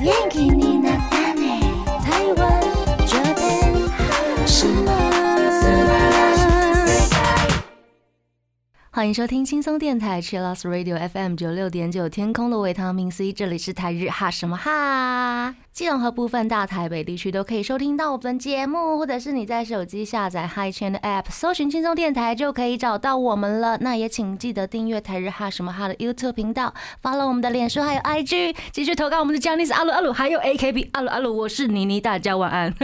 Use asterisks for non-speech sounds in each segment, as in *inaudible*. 元気になったね台湾这边什么？欢迎收听轻松电台 Chillus Radio FM 九六点九天空的维他命 C，这里是台日哈什么哈。基隆和部分大台北地区都可以收听到我们的节目，或者是你在手机下载 Hi Chain 的 App，搜寻轻松电台就可以找到我们了。那也请记得订阅台日哈什么哈的 YouTube 频道，follow 我们的脸书还有 IG，继续投稿我们的 j a n i c e 阿鲁阿鲁，还有 AKB 阿鲁阿鲁，我是妮妮，大家晚安。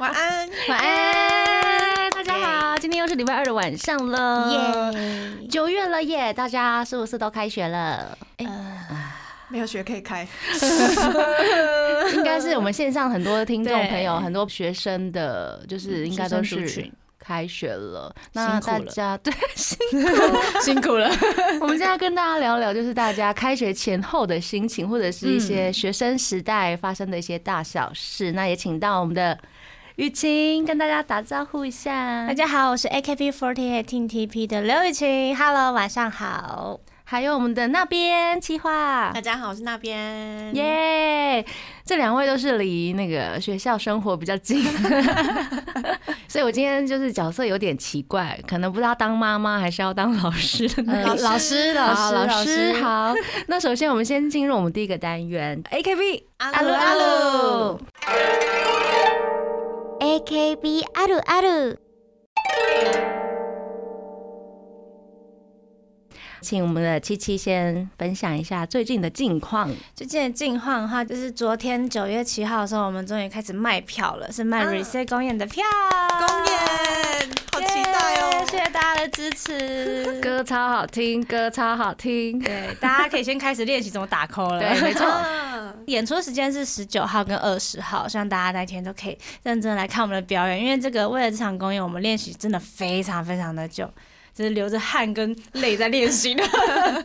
晚安，晚安，大家好，今天又是礼拜二的晚上了，耶，九月了耶，大家是不是都开学 *laughs* 了？ *laughs* 没有学可以开，应该是我们线上很多听众朋友、对很多学生的，就是应该都学生族是群。开学了，那辛苦大了家对， *laughs* 辛苦了。 *laughs* 我们现在跟大家聊聊，就是大家开学前后的心情，或者是一些学生时代发生的一些大小事。那也请到我们的雨晴跟大家打招呼一下大。家好，我是 AKB48 Team TP 的刘雨晴，Hello，晚上好。还有我们的那边企划，大家好，我是那边，耶这两位都是离那个学校生活比较近， *laughs* 所以我今天就是角色有点奇怪，可能不知道当妈妈还是要当老师的那呃老种。老师，好老师，老师，好。那首先我们先进入我们第一个单元，AKB 阿阿鲁阿鲁。 AKB あるある请我们的七七先分享一下最近的近况。最近的近况的话，就是昨天九月七号的时候，我们终于开始卖票了，是卖啊 Reset 公演的票。公演，好期待耶谢哦！谢大家的支 *laughs* 持。歌超好听，歌超好听。对，大家可以先开始练习怎么打 call 了。对，没错。*laughs* *laughs* 啊演出时间是十九号跟二十号，希望大家那天都可以认真来看我们的表演，因为这个为了这场公演，我们练习真的非常非常的久，就是流着汗跟泪在练习的，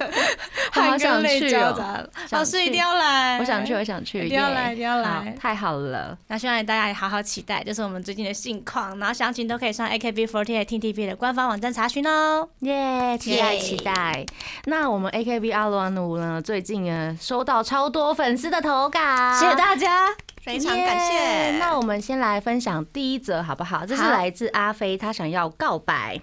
*laughs* 汗跟泪交杂了。去老师一定要来，我想去，我想去，一定要耶来一定要来好太好了。那希望大家也好好期待，就是我们最近的近况，然后详情都可以上 AKB48 TTP 的官方网站查询哦。耶、期待期待。那我们 AKB 阿罗努呢，最近呢收到超多粉丝的投稿，谢谢大家，非常感谢。耶那我们先来分享第一则好不好？这是好来自阿飞，他想要告白。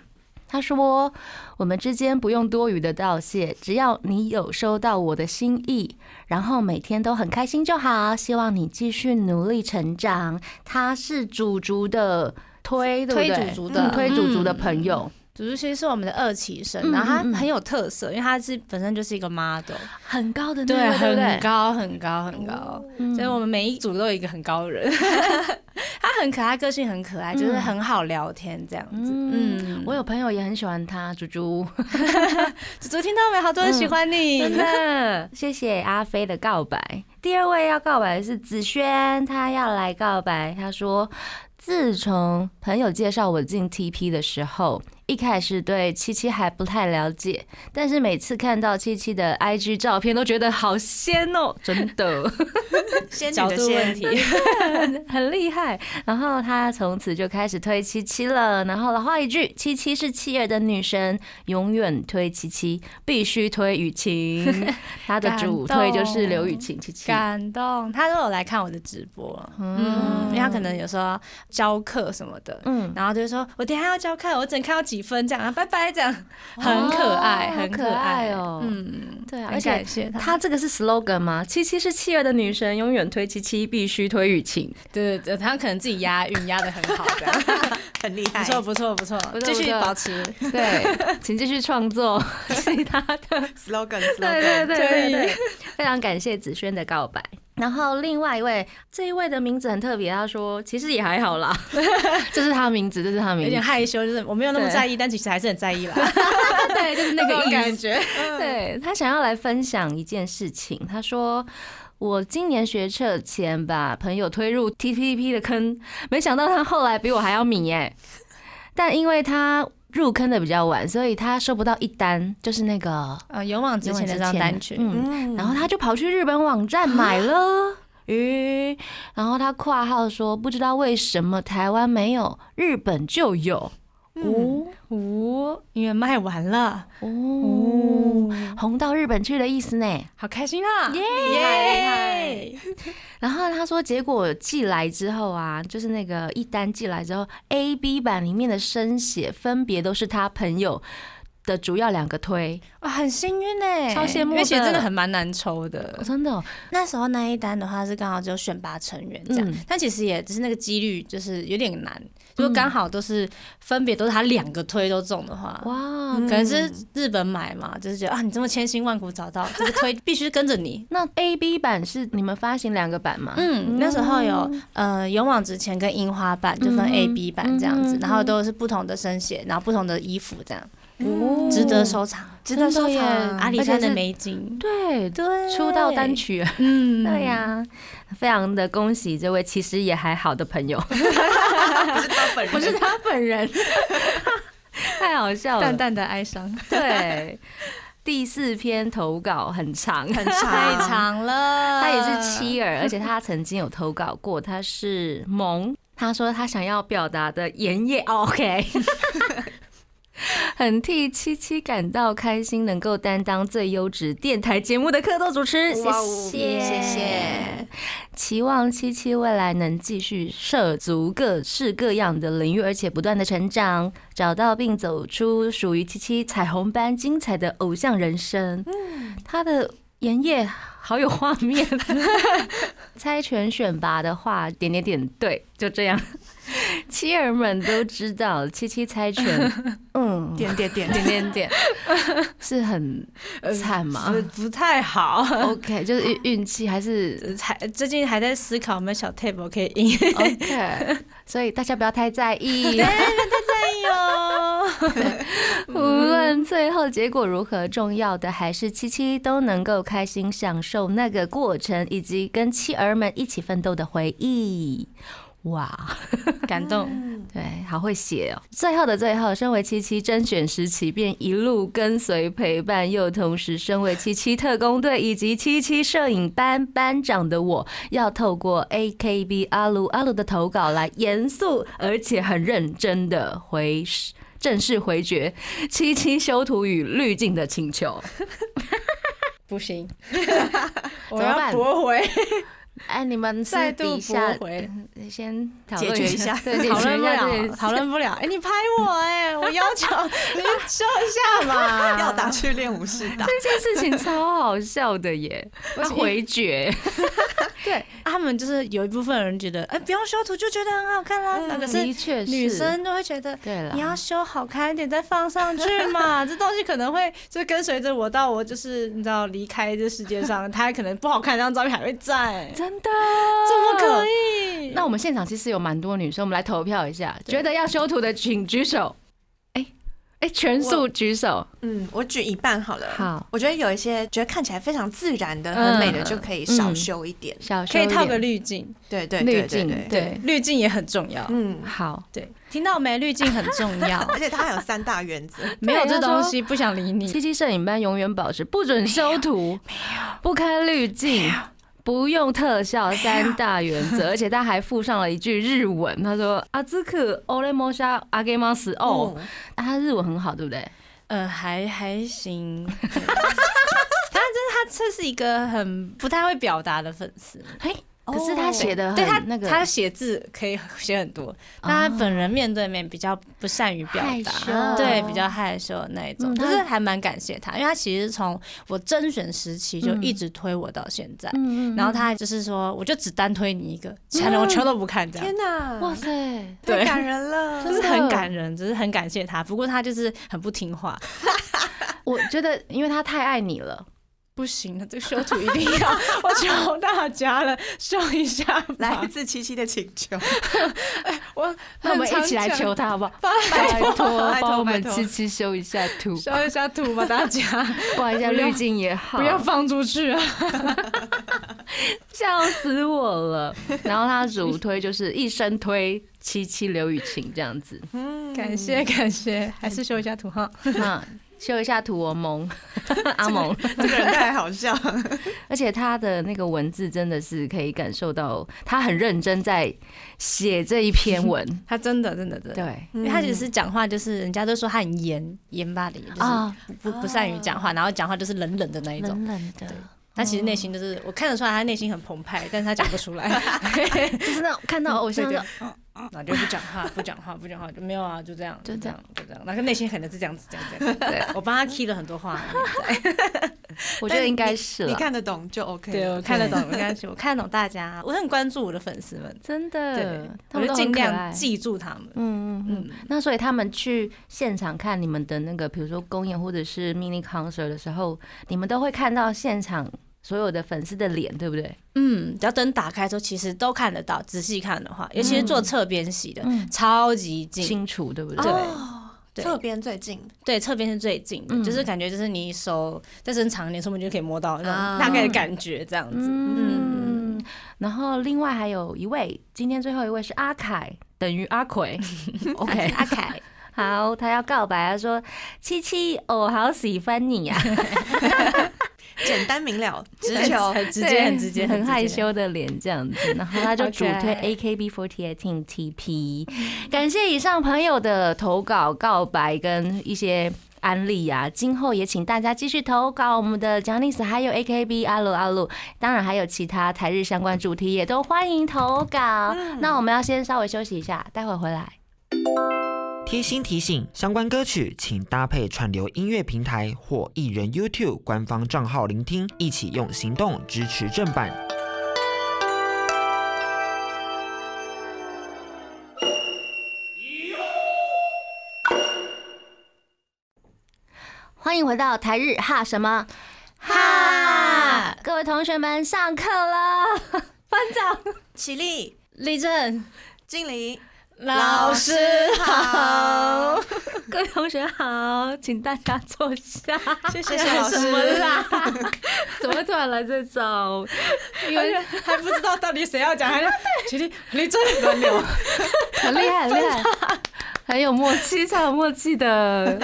他说：“我们之间不用多余的道谢，只要你有收到我的心意，然后每天都很开心就好。希望你继续努力成长。”他是主竹的推，对不对？推主竹的嗯推主竹的嗯朋友，主持其实是我们的二期嗯生，然后他嗯嗯很有特色，因为他是本身就是一个 model。很高 *laughs* 的那对，位，对不很对？高很高很高，嗯所以我们每一组都有一个很高 *laughs* 的人，他很可爱，个性很可爱，就是嗯很好聊天这样子。嗯嗯，，我有朋友也很喜欢他，猪 *laughs* 猪，主竹听到没？好多人喜欢你，真 *laughs* 的，谢谢阿飞的告白。第二位要告白的是子轩，他要来告白，他说，自从朋友介绍我进 TP 的时候。一开始对七七还不太了解，但是每次看到七七的 IG 照片，都觉得好仙哦、真的。仙女角的度仙，问题。很厉害。然后他从此就开始推七七了。然后老话一句，七七是妻儿的女神，永远推七七，必须推雨 *laughs* 晴。他的主推就是刘雨晴七七。感动，他都有来看我的直播，嗯，因为他可能有时候教课什么的，嗯，然后就说我等一下要教课，我只能看到几分这样，啊拜拜这样，很可爱，哦很好可可爱爱哦嗯，对啊，而很且感谢他，他这个是 slogan 吗？七七是妻儿的女神，永远推七七，必须推雨晴。对对对，他可能自己押韵押的很好，这样。很厉害不。错不错不错嗯不错，继续不错保持。对， *laughs* 请继续创 *laughs* 作其他的 slogan 对对对 slogan，对 *laughs* 对，非常感谢子轩的告白。然后另外一位，这一位的名字很特别，他说其实也还好 *laughs* 啦，这是他的名字，这是他的有名点字，害羞，就是我没有那么对在意，但其实还是很在 *laughs* 意啦。啊对，就是那那个种意啊感思。觉，对他想要来分享一件事情，他说。我今年学测前把朋友推入 T P P 的坑，没想到他后来比我还要迷哎、但因为他入坑的比较晚，所以他收不到一单，就是那个 *laughs* 呃，勇往直前的这张单曲，嗯，啊嗯然后他就跑去日本网站买了。咦，然后他嗯括号说，不知道为什么台湾没有，日本就有。哦，五，因为卖完了，哦，红到日本去的意思呢。好开心啊！耶厉害厉害然后他说，结果寄来之后啊，就是那个一单寄来之后，A、B 版里面的生写分别都是他朋友的主要两个推，哇，很幸运哎，超羡慕因为其实的真的很蛮难抽的哦、。真的哦、那时候那一单的话是刚好只有选拔成员这样，嗯但其实也只是那个几率就是有点难，如果刚好都是分别都是他两个推都中的话，嗯哇，嗯可能是日本买嘛，就是觉得啊你这么千辛万苦找到这个推 *laughs* 必须跟着你。那 A、B 版是你们发行两个版吗？嗯，那时候有呃勇往直前跟樱花版就分嗯 A、B 版这样子嗯，然后都是不同的声写，然后不同的衣服这样，哦值得收藏，值得收藏真的耶阿里山的美景，对，对出道单，曲，嗯，对呀、非常的恭喜这位其实也还好的朋 *laughs* 友，不是他本人，不是他本人， *laughs* 太好笑了淡。淡的哀伤，对，第四篇投稿很 *laughs* 长，很长， *laughs* 太啊长了，他也是妻 *laughs* 儿，而且他曾经有投稿过，他是萌，他说他想要表达的言叶，OK。很替七七感到开心，能够担当最优质电台节目的客座主持，谢哇哦谢谢谢。期望七七未来能继续涉足各式各样的领域，而且不断的成长，找到并走出属于七七彩虹般精彩的偶像人生。嗯他的言叶好有画面。 *laughs* 猜拳选拔的话，点点点对，就这样。妻儿们都知道，七七猜拳，嗯，点点点点 *laughs* 点，点点点是很惨吗不不太好。 ？OK，就是运运气还是才最近还在思考有没有小 table 可以赢， OK，所以大家不要太在意。哎呦，无论最后结果如何，重要的还是七七都能够开心享受那个过程，以及跟妻儿们一起奋斗的回忆。哇， *laughs* 感动，对，好会写哦！最后的最后，身为七七甄选时期便一路跟随陪伴，又同时身为七七特工队以及七七摄影班班长的我，要透过 AKB 阿鲁阿鲁的投稿来严肃而且很认真的回正式回绝七七修图与滤镜的请求。不 *laughs* 行，么办驳回，哎，你们私底下 *laughs* 回，先讨解论决一一下下，对，解讨决论一不下这了， *laughs* 件事讨论不了。哎，你拍我哎，我要 *laughs* 求你说一下嘛，要打去练武士打，这件事情超好笑的 *laughs* 耶，他回绝。 *laughs* 对，他们就是有一部分人觉得，哎，不用修图就觉得很好看啦，那可嗯是嗯啊的确是女生都会觉得。对你了，要修好看一点再放上去嘛，这东西可能会就跟随着我到我就是你知道离开这世界上，它可能不好看，那张照片还会在，*laughs* 怎真 *laughs* 的么可以？那我们现场其实有蛮多女生，我们来投票一下，觉得要修图的请举手。哎哎，全数举手。 *laughs* 嗯，我举一半好了。好，我觉得有一些觉得看起来非常自然的、很美的，就可以少修一点。小可修以一套个点滤镜，对对滤对对镜对，对，滤镜也很重要。嗯，好。对，听到没？滤镜很重 *laughs* 要而，且它还有三大原则。没有对这他说东西不想理你。七七摄影班永远保持不准修图，不开滤镜，不用特效三大原则，而且他还附上了一句日文，他说阿兹克欧雷摩沙阿给芒斯哦，嗯，啊他日文很好，对不对？呃，还还行。 *laughs* 对他这他这是一个很不太会表达的粉丝，嘿，可是他写的哦对他啊很那个哦他写字可以写很多，但他本人面对面比较不善于表害达。羞，对，比较害羞的那一种，嗯就他是还蛮感谢他，因为他其实从我甄选时期就一直推我到现在，嗯嗯，嗯嗯然后他就是说，我就只单推你一个，其他人我全都不看这样天，哪，哇塞，太对感人了，就是很感人，只是很感谢他。不过他就是很不听话， *laughs* 我觉得因为他太爱你 *laughs* 了，不行，这个修图一定 *laughs* 要，我求大家了，修一下来吧。自七七的请求。我那我们一起来很常求他好不好？讲， *laughs* 拜托，拜托帮我拜们托七七修一下图， *laughs* 修一下图吧，大 *laughs* 家画一下滤镜也好，不要放出去啊！笑死我了。 *laughs* 然后他主推就是一生推 *laughs* 七七刘雨晴这样子，嗯感谢感谢，还是修一下图哈。那修一下图我 *laughs* 萌，阿萌，这个人太好笑了。 *laughs* 而且他的那个文字真的是可以感受到他很认真在写这一篇文，他真的真的真 *laughs* 的，嗯对。因为他其实讲话就是人家都说他很严严巴的，就是啊，不不善于讲话，然后讲话就是冷冷的那一种。冷的，他其实内心就是我看得出来，他内心很澎湃，但是他讲不出来， *laughs* 就是 *laughs* 那种看到偶像对就对然后就不讲话，不讲话，不讲话，就没有啊，就这样，就就这这样样，就这样。那个内心可能是这样子，这样这 *laughs* 样。对，我帮他 key 了很多话，我觉得应该是你了，看得懂就 OK。对我看得懂，没关系，我看得懂大家，啊我很关注我的粉丝们，真 *laughs* 对的，，他我们都就尽很可量爱。记住他们。嗯嗯嗯。嗯，那所以他们去现场看你们的那个，比如说公演或者是 mini concert 的时候，你们都会看到现场所有的粉丝的脸，对不对？嗯，只要灯打开之后，其实都看得到。仔细看的话，尤其是做侧边戏的，嗯超级近。清楚，对不对？哦，对侧边最近对，侧边是最近的，嗯就是感觉就是你手再伸长一点，说不定就可以摸到那啊种大概的感觉，这样子。嗯，嗯。然后另外还有一位，今天最后一位是阿凯，等于阿 *laughs* 奎。OK，阿凯，好，他要告白，他说：“七七，我好喜欢你呀、啊。简单明了，直很球。很” *laughs* *laughs* 直对接，很直接，很直害接。羞的脸这样子。然后 *laughs* 他就好主可爱推 AKB48 Team TP。感谢以上朋友的投稿、告白跟一些。安利啊，今后也请大家继续投稿我们的 j a n i c e 还有 AKB 阿鲁阿鲁，当然还有其他台日相关主题也都欢迎投稿。那我们要先稍微休息一下，待会回来。贴心提醒：相关歌曲请搭配串流音乐平台或艺人 YouTube 官方账号聆听，一起用行动支持正版。欢迎回到台日哈什么哈哈，各位同学们上课了。班长，起立，立正，敬礼，老师 *laughs* 好， *laughs* 各位同学好，请大家坐 *laughs* 下。谢谢谢老师什么啦？ *laughs* 怎么突然来这种？因为还不知道到底谁要讲，还是起立，立正， *laughs* 轮流。很厉害，很厉害，很有默契，超有默契的。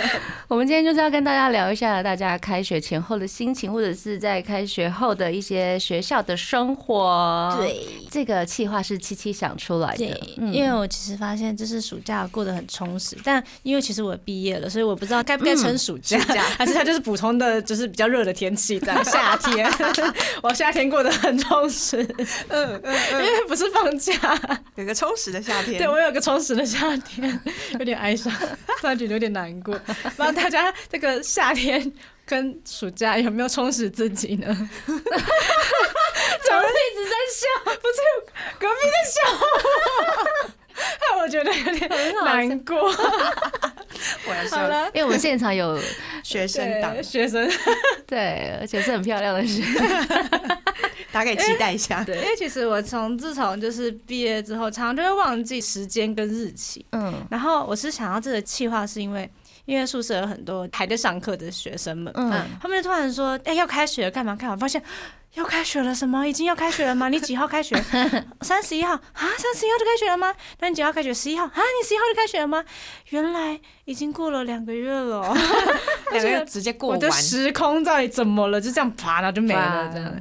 我们今天就是要跟大家聊一下大家开学前后的心情，或者是在开学后的一些学校的生活。，对。这个计划是七七想出来的对，，嗯因为我其实发现，就是暑假过得很充实，但因为其实我毕业了，所以我不知道该不该称暑假， *laughs* 还是它就是普通的，就是比较热的天气，这样夏天，我夏天过得很充实，嗯嗯 *laughs* 嗯，因为不是放假， *laughs* 有个充实的夏天。对我有个充实的夏天，有点哀伤， *laughs* 突然觉得有点难过。不知道大家这个夏天跟暑假有没有充实自己呢？怎么一直在笑？ *laughs* 不是隔壁在笑 *laughs* 我，害我觉得有点难过。我要好笑了因。为我们现场有学生 *laughs* 党对，，学生，对，而且是很漂亮的学大家可哎以期待一下。因为其实我从自从就是毕业之后，常常就会忘记时间跟日期。嗯然后我是想要这个计划，是因为因为宿舍有很多还在上课的学生们，嗯，他们就突然说：“哎、要开学了，干嘛干嘛？”发现要开学了，什么？已经要开学了吗？你几号开学？三十一号啊，三十一号就开学了吗？那你几号开学？十一号啊，你十一号就开学了吗？原来已经过了两个月了，两个人直接过我完的，时空到底怎么了？就这样爬，然后就没了，哇这样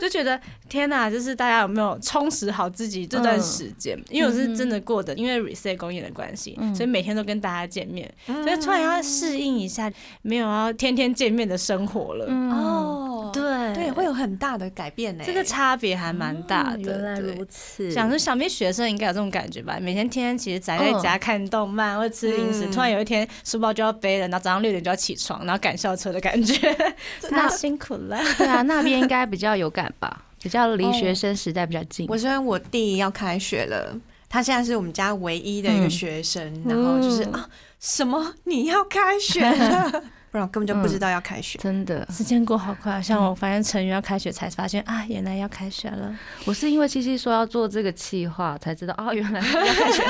就觉得天哪！就是大家有没有充实好自己这段时间？因为我是真的过的，因为 reset 公演的关系，嗯所以每天都跟大家见面，嗯所以突然要适应一下没有要天天见面的生活了。嗯哦，对嗯对，会有很大的改变欸呢。这个差别还蛮大的。对此想说想必学生应该有这种感觉吧？每天天天其实宅在家看动漫或者吃零食，嗯突然有一天书包就要背了，然后早上六点就要起床，然后赶校车的感觉， *laughs* 那辛苦了。对啊，那边应该比较有感吧，比较离学生时代比较近。哦我虽然我弟要开学了，他现在是我们家唯一的一个学生，然后就是嗯啊，什么你要开学 *laughs* 了，不然我根本就不知嗯道要开学。真的， *laughs* 时间过好快，啊像我发现成员要开学才发现啊，原来要开学了。我是因为七七说要做这个企划，才知道哦，原来要开 *laughs* 学，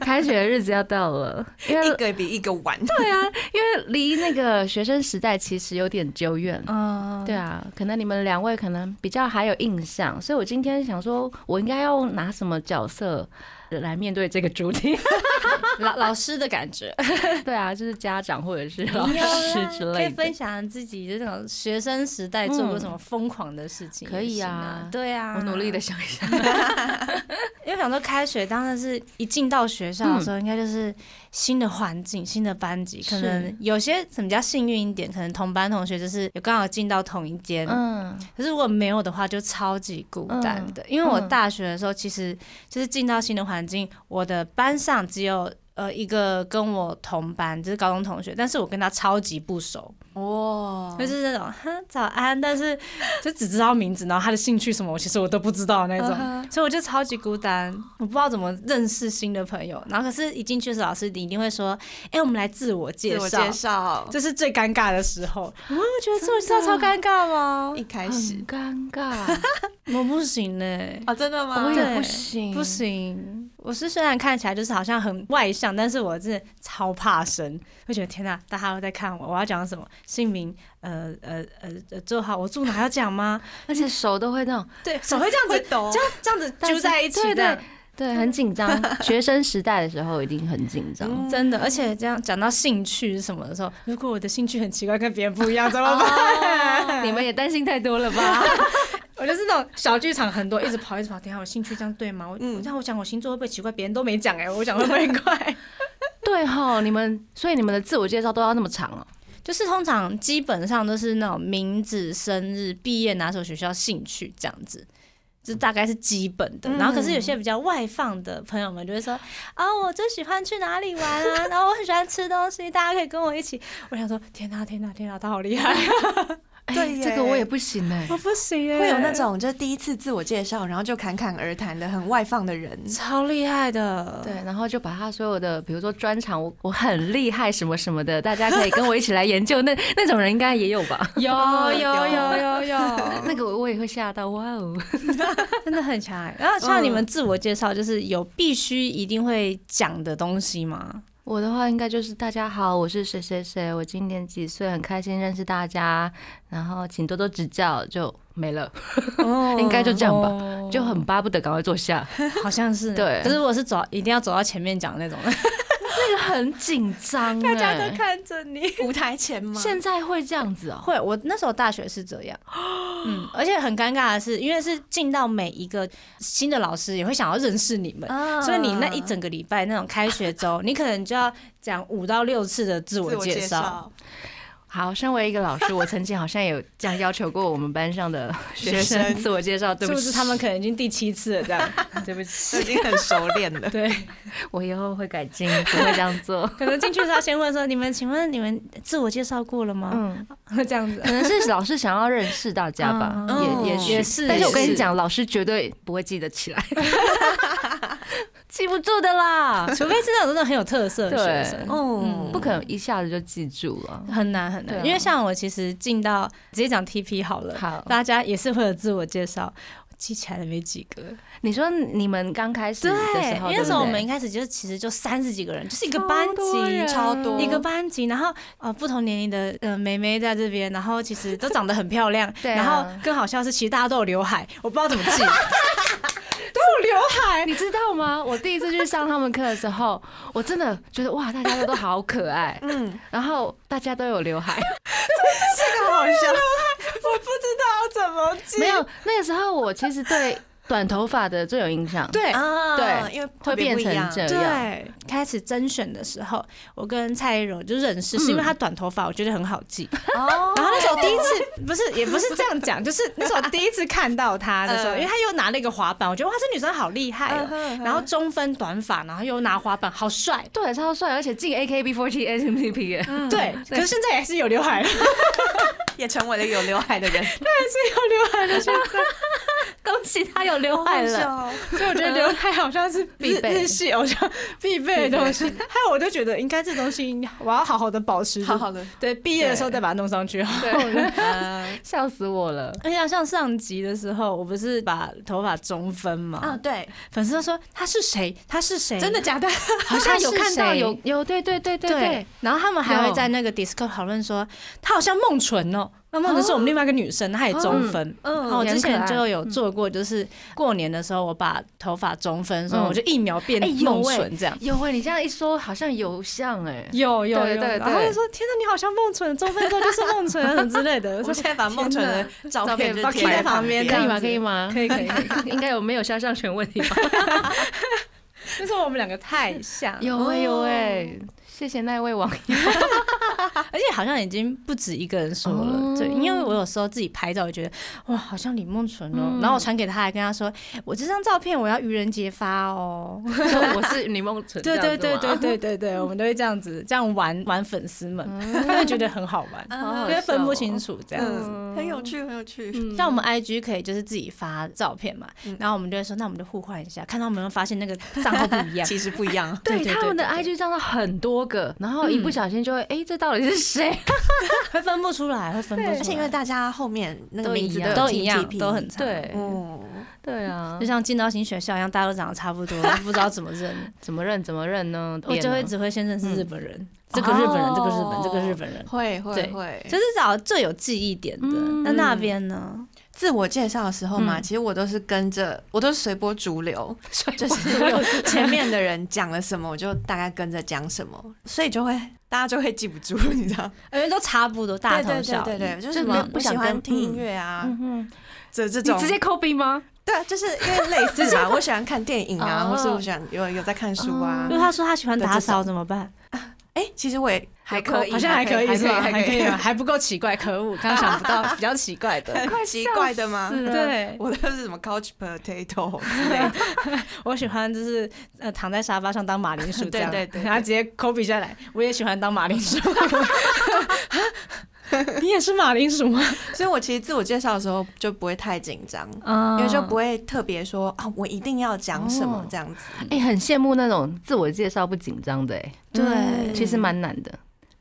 开学的日子要到了。因为哎一个比一个晚，对啊，因为离那个学生时代其实有点久远。嗯，对啊，可能你们两位可能比较还有印象，所以 *laughs* 我今天想说，我应该要拿什么角色来面对这个主题？老老师的感 *laughs* 觉。对啊，就是家长或者是老你有师啊 *laughs* 之可以类的分。享自己这种学生时代做过什么疯狂的事情、可以啊对嗯啊，我努力的，想一下，因为想说开学当然是一进到学校的时候，应该就是新的环境、新的班级，可嗯是能有些什么叫幸运一点，可能同班同学就是有刚好进到同一间，嗯，可是如果没有的话，就超级孤单的。因为嗯我大学的时候，其实就是进到新的环境，我的班上只有呃一个跟我同班，就是高中同学，但是我跟他超级不熟，哇，就是那种哈早安，但是就只知道名字，然后他的兴趣什么，我其实我都不知道那种。所以我就超级孤单，我不知道怎么认识新的朋友。然后可是，一进去的时候，老师一定会说：“哎、我们来自我介自我 *laughs* 绍介。”绍，这是最尴尬的时候，我会觉得自我介绍超尴尬吗？一开始很尴尬， *laughs* 我不行呢、哦，真的吗我？也对不行，不。行，我是虽然看起来就是好像很外向，但是我真的超怕生，会觉得天哪，大家都在看我，我要讲什么姓名，呃呃呃呃，最好我住哪要讲吗？而且手都会那种， *laughs* 对，手会这样会子，抖这，样这样子但是揪在一起对的对，对，很紧张。 *laughs* 学生时代的时候一定很紧张，真的，而且这样讲到兴趣是什么的时候，如果我的兴趣很奇怪，跟别人不一样，怎么办？哦 *laughs* 你们也担心太多了吧？我就是那种小剧场很多，一直跑一直跑，等一下我兴趣这样对吗？我嗯我这样我讲我星座会不会奇怪？别人都没讲哎、我讲会不会怪？ *laughs* 对哈，你们所以你们的自我介绍都要那么长哦。就是通常基本上都是那种名字、生日、毕业哪所学校、兴趣这样子。这大概是基本的，然后可是有些比较外放的朋友们就会说啊、我最喜欢去哪里玩啊， *laughs* 然后我很喜欢吃东西，大家可以跟我一起。我想说，天哪、天哪、天哪、他好厉害， *laughs* 哎对耶哦这个我也不行哎、我不行欸耶会有那种就是第一次自我介绍，然后就侃侃而谈的很外放的 *laughs* 人，超厉害的，对，然后就把他所有的，比如说专场，我我很厉害什么什么的，大家可以跟我一起来研究。那那种人应该也有吧？有哦有有 *laughs* 有有，哦 *laughs* 那个我我也会吓到，哇哦！真的很强哎。然后像你们自我介绍，就是有必须一定会讲的东西吗？我的话应该就是大家好，我是谁谁谁，我今年几岁，很开心认识大家，然后请多多指教，就没了， *laughs* 应该就这样吧，哦就很巴不得赶快坐下，好像是，对可是我是走，一定要走到前面讲的那种， *laughs* 那个很紧 *laughs* 张、哎。看着你。舞台前吗？现在会这样子哦、 *laughs* 会，我那时候大学是这 *gasps* 样，嗯，而且很尴尬的是，因为是进到每一个新的老师也会想要认识你们，啊所以你那一整个礼拜那种开 *laughs* 学周，你可能就要讲五到六次的自自我我介介绍，绍，好，身为一个老师，我曾经好像有这样要求过我们班上 *laughs* 的学学生生自我介绍，对是不不起，是他们可能已经第七次了 *laughs* 这样？对不都已起，。经很熟练了对，我以后会改进，不会这样 *laughs*。做可能进去的时候先问说，你们请问你们自我介绍过了吗？嗯， *laughs* 这样子可，能是老师想要认识大家吧，嗯也也许也是但是我跟也你是讲，老师绝对不会记得起来，记不住的啦， *laughs* 除非是那种真的很有特色的学生对，嗯哦不可能一下子就记住了。很难很难，对啊因为像我其实进到直接讲 TP 好了，好，大家也是会有自我介绍，我记起来了没几个。你说你们刚开始的时候，因为那时候我们一对开始就其实就三十几个人，就是一不对个班级。超多一个班级，然后呃不同年龄的呃妹妹在这边，然后其实都长得很漂 *laughs* 亮，对啊然后更好笑是其实大家都有刘海，我不知道怎么记，都有刘海，你知道吗？ *laughs* 我第一次去上他们课的时候，我真的觉得哇，大家都都好可爱， *laughs* 嗯，然后大家都有刘 *laughs* 海，这个好 *laughs* 笑，我不知道怎么记，没有那个时候我其实对短头发的最有印象，对啊对因为会特别变不一成样这样，对，开始甄选的时候，我跟蔡依柔就认识，是因为她短头发，我觉得很好记。嗯哦，然后那时候第一次，不是也不是这样讲，就是那时候第一次看到她的时候，嗯因为她又拿了一个滑板，我觉得哇，这女生好厉害哦嗯。哼嗯哼然后中分短发，然后又拿滑板，好帅。对，超帅，而且进 AKB48 MTP 耶，嗯对，可是现在也是有刘海了，也成为了有刘海的人，还是有刘海的。 *laughs* 恭喜他有刘海了， *laughs* 好笑哦所以我觉得刘海好像是必日备日系偶像必备的东西。还有，我就觉得应该这东西我要好好的保持住，好好的，对，毕业的时候再把它弄上去。 *laughs* 嗯 *laughs* 笑死我了。 *laughs* 而且哎像上集的时候，我不是把头发中分嘛，啊，对，粉丝都说他是谁，他是谁，真的假的？好像有看到有。有对对对对对对，，然后他们还会在那个 Discord 讨论说，他好像梦纯哦，那梦子是我们另外一个女生，她也中分。然后嗯我之也前很可爱就有做过，就是过年的时候我把头发中分的时候，嗯我就一秒变哎有梦哎纯这样。有哎、你这样一说，好像有像哎、有有对有，对然后对就说：“天哪，你好像梦纯，中分之后就是梦纯啊什么之类的。”我说们现在把梦纯的照片就照片贴贴在旁边可以这吗？样子可以吗？可以可以可以，应该有没有肖像权问题吧？就是我们两个太像，有哎、有哎、欸谢谢那位网 *laughs* 友。而且好像已经不止一个人说了，哦对，因为我有时候自己拍照，我觉得哇，好像李梦纯哦，嗯然后我传给他，还跟他说，我这张照片我要愚人节发哦，说我是李梦纯，对这样对子对吗对，对对对，我们都会这样子这样玩玩粉丝们，他们觉得很好玩，好好笑因为哦分不清。楚这样子。嗯，很有趣，很有趣。像我们 IG 可以就是自己发照片嘛，嗯然后我们就会说，那我们就互换一下，看到有没有发现那个账号不一样。其实不一样，对对对他们的对 IG 账号很多个，然后一不小心就会，哎、这到底是谁？会分不出来，会分不出来，而且因为大家后面那个都名一字样有都经一济样，拼都很长。对哦，对啊就，像进到新学校一样，大家都长得差 *laughs* 不多，不知道怎么认，嗯怎么认怎么认呢？我就会点呢只会先认识日本人，这个日本人，这个日本，这个日本人，会会对会，就是找最有记忆点的。那那边呢？自我介绍的时候嘛，嗯其实我都是跟着，我都是随波逐流，随 *laughs* 就是有前面的人讲了什么，我就大概跟着讲什么，所以就会大家就会记不住，你知道？因为都差不多，大同对对小对异。对，对就是就没有不不想喜跟欢听音嗯乐啊，嗯这这哼，种你直接抠逼吗？对啊，就是因为类似吧，我喜欢看电影啊，哦或是我喜欢有有在看书啊如。果他说他喜欢打扫怎么办？哎，其实我也还可以，好像还可以，还可是以，吧？还还可可以以，啊啊吗，还不够奇怪，可恶，刚想不到比较奇怪 *laughs* *laughs* 的。很啊奇怪的吗？嗯对，我都是什么 couch potato 之类的， *laughs* 我喜欢就是呃躺在沙发上当马铃薯这样， *laughs* 对对对对然后直接 copy 下来。我也喜欢当马铃 *laughs* 薯。你也是马铃薯吗？所以我其实自我介绍的时候就不会太紧张，啊因为就不会特别说啊，我一定要讲什么哦这样子。哎、很羡慕那种自我介绍不紧张的、哎，嗯对其实蛮难的。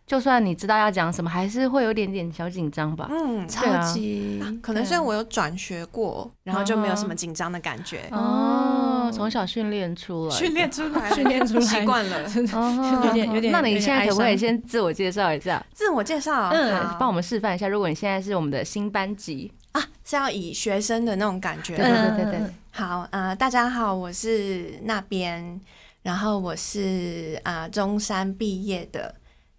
就算你知道要讲什么，还是会有点点小紧张吧。嗯，对啊级可能虽然我有转学过，然后就没有什么紧张的感觉，哦，从小训练出来的，训练出来了， *laughs* 训练出来习惯了。 *laughs* *laughs* 哦有点有点那你有点现在可不可以哀伤先自我介绍一下？自我介绍啊，嗯好帮我们示范一下。如果你现在是我们的新班级，啊，是要以学生的那种感觉对吗。对对对对，好啊、呃大家好，我是那边，然后我是啊、呃中山毕业的，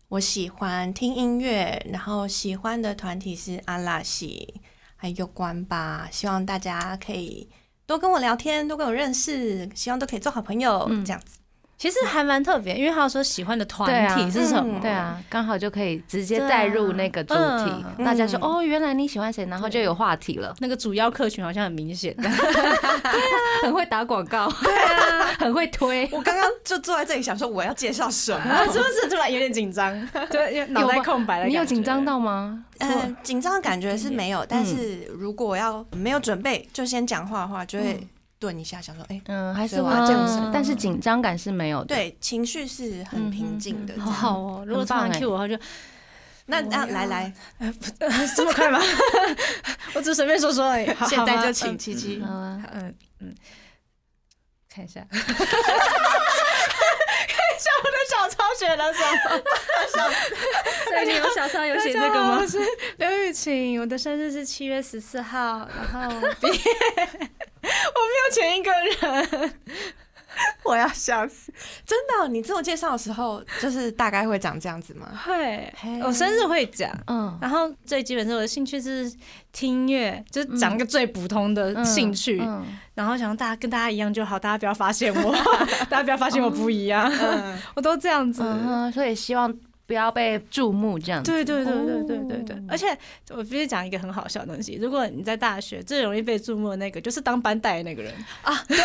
我喜欢听音乐，然后喜欢的团体是阿拉西，还有关吧，希望大家可以多跟我聊天，多跟我认识，希望都可以做好朋友，嗯这样子。其实还蛮特别，因为他有说喜欢的对团啊体是什么？嗯对啊，刚好就可以直接对啊带入那个主题，嗯大家说哦，原来你喜欢谁，然后就有话题了，那个主要客群好像很明显，很会打广告，很会推。我刚刚 *laughs* 就坐在这里想说，我要介绍什么？啊 *laughs* 是不是突然有点紧张？对，脑袋空白了。你有紧张？到吗？ *laughs* 嗯，紧张的感觉是没有，但是如果要没有准备就先讲话的话，就会顿一下，想说，哎、嗯，还是所以会我要这健样身子，但是紧张感是没有的。对，情绪是很平静的，好好哦，如果突然很棒哎 Q 我，他 *laughs* 就那那来来，这么快吗？ *laughs* 我只是随便说说而已。好现在就。好请吧七七好啊， *laughs* 嗯嗯嗯，看一下。小超学了什 *laughs* 么？所以你有小抄有写这个吗？我是刘雨晴，我的生日是七月十四号，然后毕业， *laughs* 我没有前一个人。我要笑死！真的哦、你自我介绍的时候，就是大概会长这样子 *laughs* 吗？会嘿，我生日会讲。嗯，然后最基本是我的兴趣是听音乐，就是讲一个最普通的嗯兴趣，嗯然后想让大家跟大家一样就好，大家不要发现 *laughs* 我，大家不要发现我不一样，嗯，我都这样子。嗯哼，所以希望不要被注目这样子。对对对对对对对，哦而且我必须讲一个很好笑的东西。如果你在大学最容易被注目的那个，就是当班带的那个人，对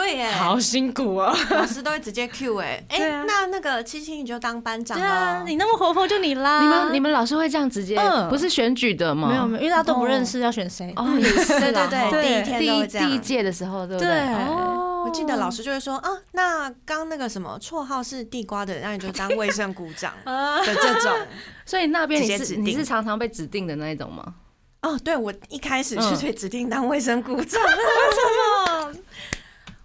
哎耶，好辛苦 *laughs* 哦。老师都会直接 Q *laughs* 哎、哎、对啊那那个七七你就当班长对了、啊，你那么活泼就你啦。你们你们老师会这样直接，啊嗯不是选举的吗？没有没有，因为大家都不认识要选谁。哦，也是对啊啦哦对对，第一对天都第会一这样第一。届的时候，对不对哦，我记得老师就会说啊，那刚那个什么绰号是地瓜的，那你就当卫生股长 *laughs* 啊，的这种。 *laughs* 所以那边你直接是指定你是常常被指定的那一种吗？哦，对，我一开始嗯是被指定当卫生股 *laughs* 长，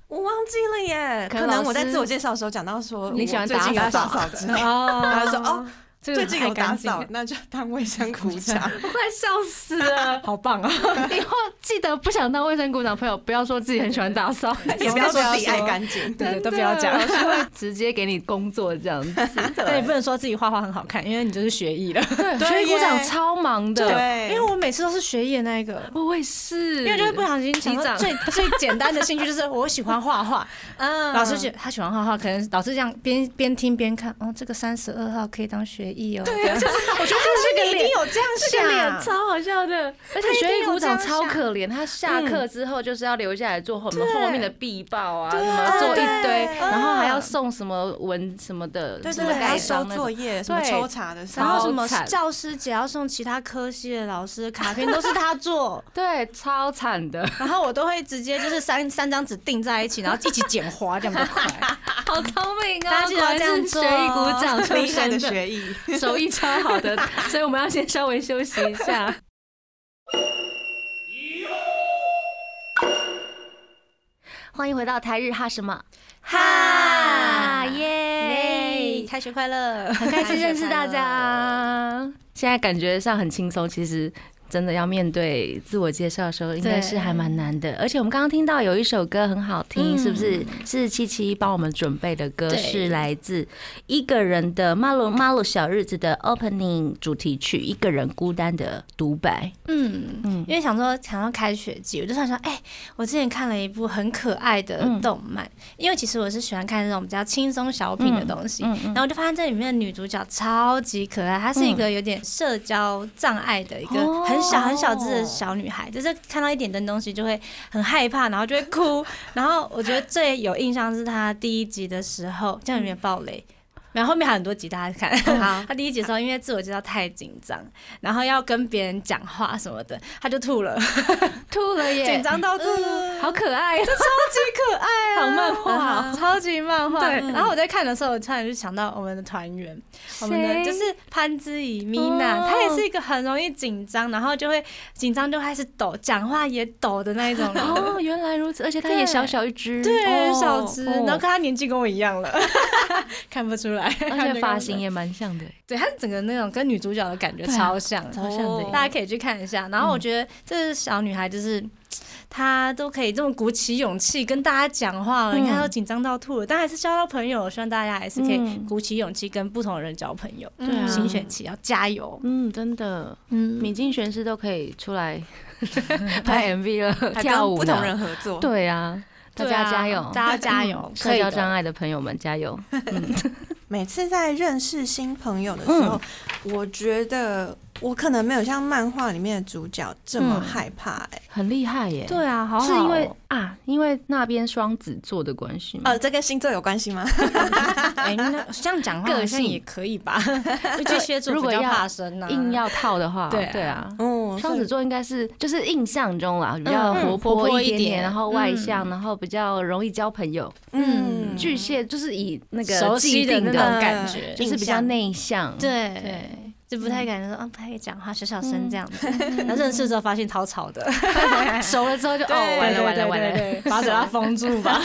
我忘记了耶。可可能能老我在师自我介绍的时候讲到说，你喜欢最近打要扫 *laughs* 打扫之类的，哦然后说哦，这个最近爱有打干净扫，，那就当卫生鼓 *laughs* 掌。我 *laughs* 快笑死了，好棒啊！以后记得不想当卫生股长朋友，不要说自己很喜欢打 *laughs* 扫，也不要说自己爱干净，对，都不要讲，真的，老师会直接给你工作这样子。但也不能说自己画画很好看，因为你就是 *laughs* 学艺了。对所以股长耶超忙的，对，因为我每次都是学艺的那一个。我也是，因为就会不小心想击说掌最 *laughs* 最简单的兴趣就是我喜欢画 *laughs* 画，嗯老师觉得他喜欢画画，可能老师这样边边听边看，哦，这个三十二号可以当学艺哦。对，就是我觉得这这个个一脸定有这样这个想脸，超好笑的，而且学艺股长超可怜，他下嗯课之后就是要留下来做后面对后面的必报啊，什么做一堆，对然后还要送什么文什么的，对什对么对，还盖要收章那作种。业，什么对抽查的时然候，后什么超惨，教师节要送其他科系的老师卡片都是他做对，超惨的，然后我都会直接就是三三张纸订在一起，然后一起剪花，这样 *laughs* 比较快。好聪明哦！大家记得果然这样是做学艺哦股长出厉害的身学艺。 *laughs* 的，手艺超好的，所以我们要先稍微休息一下。欢迎回到台日哈什么哈耶！哎开学快乐！ *laughs* 很开心认识大家。现在感觉上很轻松，其实真的要面对自我介绍的时候，应该是还蛮难的。而且我们刚刚听到有一首歌很好听，嗯是不是？是七七帮我们准备的歌，对是来自《一个人的马路马路小日子》的 opening 主题曲《一个人孤单的独白》。嗯嗯嗯，因为想说想要开学季，我就想说，哎、我之前看了一部很可爱的动漫，因为其实我是喜欢看那种比较轻松小品的东西。嗯嗯嗯然后我就发现这里面的女主角超级可爱，她是一个有点社交障碍的一哦个很小很小只的小女孩，就是看到一点点东西就会很害怕，然后就会 *laughs* 哭。然后我觉得最有印象是她第一集的时候，这样有点暴雷，然后后面还有很多集大家看。 *laughs* 好，他第一集的时候，因为自我介绍太紧张，然后要跟别人讲话什么的，他就吐了，吐了耶紧张到吐，好可爱，啊 *laughs* 超级可爱好漫啊，画。 *laughs* 超级漫画。对然后我在看的时候，我突然就想到我们的团员，我们谁的就是潘之怡米娜，哦她也是一个很容易紧张，然后就会紧张就开始抖，讲话也抖的那一种 *laughs* 人。哦，原来如此，而且它也对小小一只，对，哦小只，哦然后她年纪跟我一样了， *laughs* 看不出来，而且发型也蛮像的。对，它整个那种跟女主角的感觉对啊超像，超像的耶嗯大家可以去看一下。然后我觉得这小女孩就是。她都可以这么鼓起勇气跟大家讲话了，你看嗯她都紧张到吐了，但还是交到朋友。希望大家还是可以嗯鼓起勇气跟不同的人交朋友。对啊新学期要加油。嗯，真的，嗯，米津玄师都可以出来 *laughs* 拍 MV 了，还跳跟舞不呢同人合作，对啊，大家加油，嗯大家加油，可社以交的障碍的朋友们加油。每次在认识新朋友的时候，嗯我觉得我可能没有像漫画里面的主角这么嗯害怕、欸。很厉害耶！对啊，好好是因为哦啊，因为那边双子座的关系吗呃，？这跟星座有关系吗？哎， *laughs* 那这样讲话个好像性也可以 *laughs* 吧？巨蟹座如比果较要怕生啊呐，硬要套的话，对啊啊对啊。嗯，双子座应该是就是印象中啦，比嗯较嗯活活泼泼一一点点，点然后外嗯向，然后比较容易交朋友。嗯，巨蟹就是以那熟个既悉的定那种的，感觉就是比较内向。对嗯对就不太敢说啊，不太敢讲话，小小声这样 *laughs* 子。然后认识之后发现超吵的， *laughs* 熟了之后就哦，对完了完了对完对了，对对把嘴巴封住吧，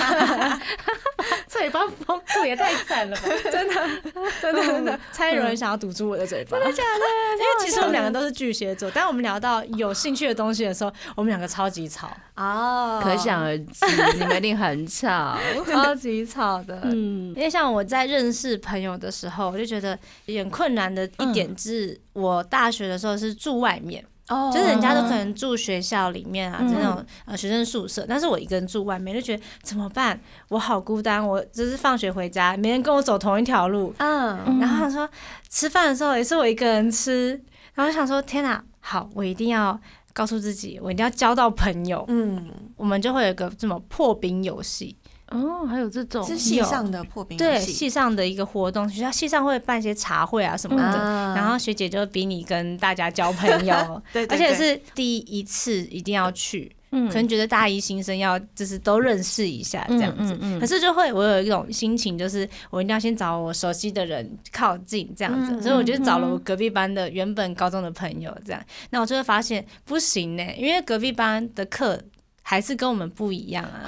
嘴巴封住也太惨了吧！ *laughs* 真的真 *laughs* 的，差点有人想要堵住我的嘴巴，真的假的？ *laughs* 因为其实我们两个都是巨蟹座，但我们聊到有兴趣的东西的时候，我们两个超级吵，*laughs* 哦，可啊想而知，你们一定很吵。 *laughs* 超级吵的。嗯，因为像我在认识朋友的时候，我就觉得有点困难的一点是，我大学的时候是住外面，哦就是人家都可能住学校里面啊，嗯就那种呃学生宿舍，但是我一个人住外面，就觉得怎么办？我好孤单，我就是放学回家，没人跟我走同一条路。嗯，嗯然后想说吃饭的时候也是我一个人吃，然后想说天哪、好，我一定要告诉自己，我一定要交到朋友。嗯，我们就会有一个这么破冰游戏，哦，还有这种是系上的破冰对游戏系上的一个活动，学校系上会办一些茶会啊什么的，啊然后学姐就逼你跟大家交朋友 *laughs* ，对对而且对是第一次一定要去，嗯可能觉得大一新生要就是都认识一下这样子。嗯可是就会我有一种心情，就是我一定要先找我熟悉的人靠近这样子，嗯所以我就找了嗯我嗯隔壁班的原本高中的朋友这样，那我就会发现欸不行呢、因为隔壁班的课还是跟我们不一样啊。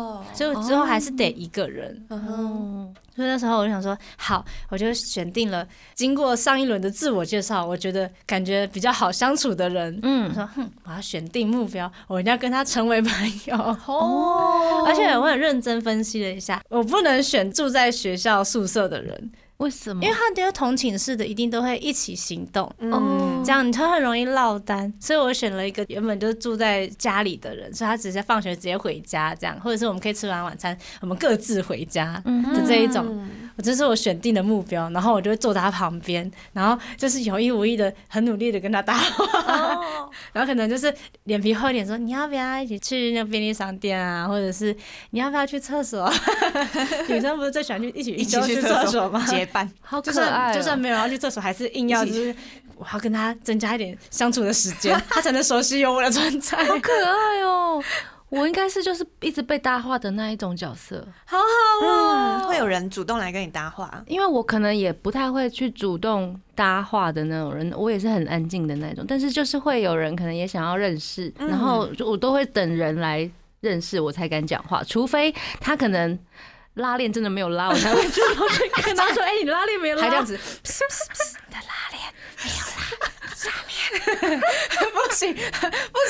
哦，所以我之后还是得一个人。嗯哼，嗯，所以那时候我就想说，好，我就选定了。经过上一轮的自我介绍，我觉得感觉比较好相处的人。我嗯，说，哼，我要选定目标，我一定要跟他成为朋友。哦而且我很认真分析了一下，我不能选住在学校宿舍的人，为什么？因为他们同寝室的一定都会一起行动。哦嗯，这样你就很容易落单，所以我选了一个原本就住在家里的人，所以他直接放学直接回家，这样，或者是我们可以吃完晚餐，我们各自回家。嗯哼的这一种嗯我这是我选定的目标，然后我就会坐在他旁边，然后就是有意无意的很努力的跟他搭话，然后可能就是脸皮厚一点说你要不要一起去那便利商店啊，或者是你要不要去厕所？啊女生不是最喜欢去一起一起周去厕厕所吗？结伴，好就可爱算哦，就算没有要去厕所，还是硬要，一起就是我要跟他增加一点相处的时间， *laughs* 他才能熟悉有我的存在。好可爱 *laughs* 哦。我应该是就是一直被搭话的那一种角色，嗯，会有人主动来跟你搭话，因为我可能也不太会去主动搭话的那种人，我也是很安静的那种，但是就是会有人可能也想要认识，嗯然后就我都会等人来认识我才敢讲话，除非他可能拉链真的没有拉，我才会主动去跟他说：“哎、你拉链没有拉。”还 *laughs* *laughs* 这样子，不行不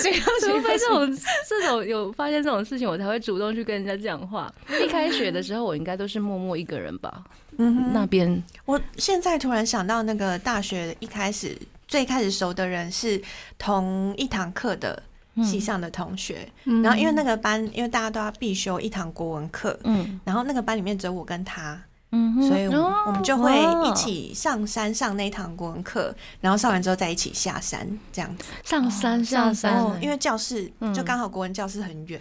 行不除行，非这种 *laughs* 这种有发现这种事情，我才会主动去跟人家讲话。一开学的时候，我应该都是默默一个人吧。嗯哼那边我现在突然想到，那个大学一开始最开始熟的人是同一堂课的系上的同学，然后因为那个班，因为大家都要必修一堂国文课，嗯然后那个班里面只有我跟他，嗯哼，所以我们,、哦我们就会一起上山上那一堂国文课，然后上完之后再一起下山这样子。上山上山山哦因为教室嗯就刚好国文教室很 *laughs* 远，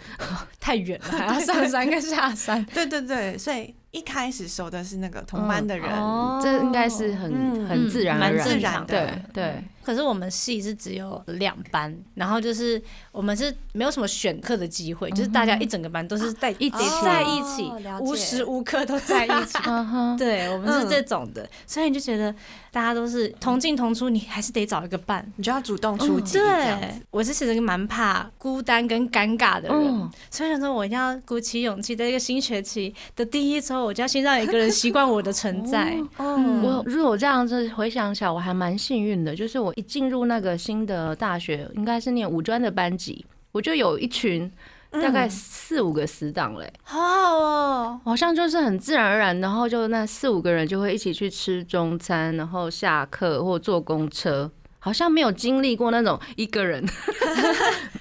太远了，还要上山跟下山。对对对，所以一开始熟的是那个同班的人，这应该是很、嗯很自然而蛮然自的，然的对对，可是我们系是只有两班，然后就是我们是没有什么选课的机会，就是大家一整个班都是在一起。得嗯哦在一起哦了，解无时无刻都在一 *laughs* 起嗯哼，对我们是嗯这种的，所以你就觉得大家都是同进同出，你还是得找一个伴。你就要主动出嗯击这样对子。，我是其实蛮怕孤单跟尴尬的人，嗯所以想说我一定要鼓起勇气，在这个新学期的第一周，我就要先让一个人习惯我的存在。哦嗯我如果这样子回想起来，我还蛮幸运的，就是我一进入那个新的大学，应该是念五专的班级，我就有一群大概四五个死党嘞、好好哦，好像就是很自然而然，然后就那四五个人就会一起去吃中餐，然后下课或坐公车。好像没有经历过那种一个人，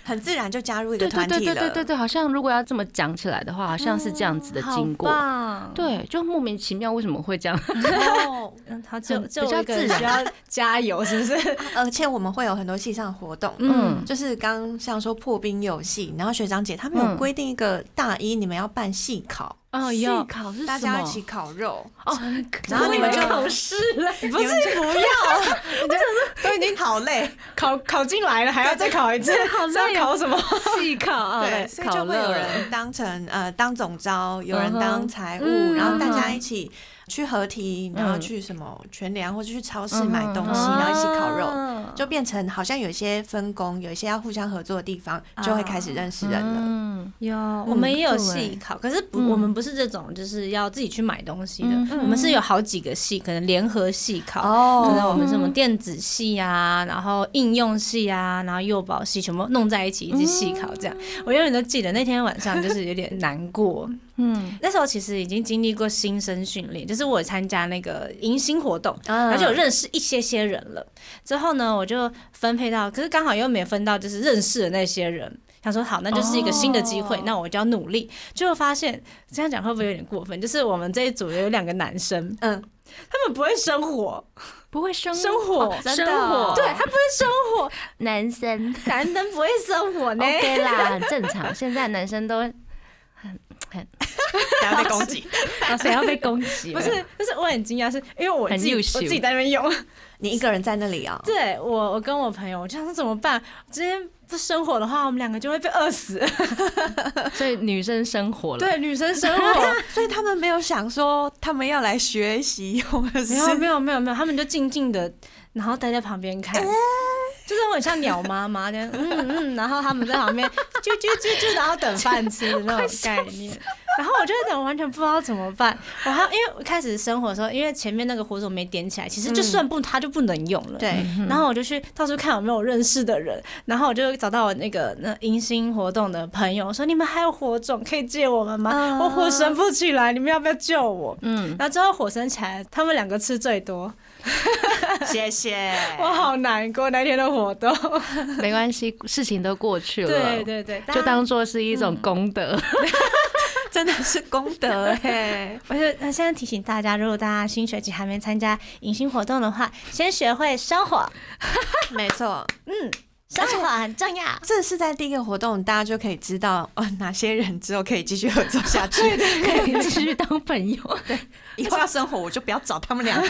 很自然就加入一对对个团对体了，对对对对，好像如果要这么讲起来的话，好像是这样子的经过，哦好棒，对，就莫名其妙为什么会这样，哦嗯，好，就很就比较一个人自需要加油， *laughs* 是不是？啊而且我们会有很多系上活动，嗯就是刚像说破冰游戏，然后学长姐他们嗯有规定一个大一你们要办系考，哦，细有，考是大什家么一起烤肉，哦， *laughs* 然后你们就考试了，不是不要，都已经好累，考考进来了，还要再考一次，好 *laughs* 累，考什么？细 *laughs* 考啊对，所以就会有人当成呃当总招，有人嗯哼当财务，嗯然后大家一起去合体，然后嗯去什么全粮或者去超市买东西，嗯然后一起烤肉。啊肉就变成好像有一些分工，有一些要互相合作的地方，就会开始认识人了。嗯，有，我们也有酷欸系考，可是不，嗯我们不是这种，就是要自己去买东西的，嗯我们是有好几个系，可能联合系考。可能我哦，们什么电子系啊，然后应用系啊，然后幼保系全部弄在一起一起系考这样，我永远都记得那天晚上就是有点难过，嗯，那时候其实已经经历过新生训练，就是我有参加那个迎新活动，而而且我认识一些些人了。之后呢，我就分配到，可是刚好又没分到，就是认识的那些人。想说好，那就是一个新的机会，那我就要努力。结果发现这样讲会不会有点过分？就是我们这一组有两个男生，嗯，他们不会生火，不会生生火生真的火，哦对他不会生火，男 *laughs* 生男生不会生火呢。 OK 啦，很正常。现在男生 *laughs* 都大家被攻击。谁要被攻击不是， *laughs* 就是我很惊讶，是因为我很自己优我秀自己在那边 *laughs* 用， *laughs* 你一个人在那里啊、对我，我跟我朋友，我就想说怎么办？今天不生火的话，我们两个就会被饿 *laughs* 死。所以女生生火了。对，女生 *laughs* 生火， *laughs* 所以他们没有想说他们要来学习，或者是没有没有没有没有，他们就静静的，然后待在旁边看，就是我很像鸟妈妈这 *laughs* 样，嗯嗯，然后他们在旁边啾啾啾啾，然后等饭吃的那种概念。然后我就等，我完全不知道怎么办。我还因为我开始生火的时候，因为前面那个火种没点起来，其实就算不它就不能用了。 *laughs* 对，然后我就去到处看有没有认识的人，然后我就找到我那个那迎新活动的朋友，我说你们还有火种可以借我们吗？啊我火神不起来，你们要不要救我？嗯，然后之后火神起来，他们两个吃最多，谢谢。我好难过那天的活动。没关系，事情都过去了， *laughs* 对对对，大家！就当做是一嗯种功 *laughs* 德。真的是功德哎我就那现在提醒大家，如果大家新学期还没参加迎新活动的话，先学会生火，没错，生火很重要。这是在第一个活动，大家就可以知道哦，哪些人之后可以继续合作下去。可以继续当朋友。 *laughs* 以后要生活，我就不要找他们两个。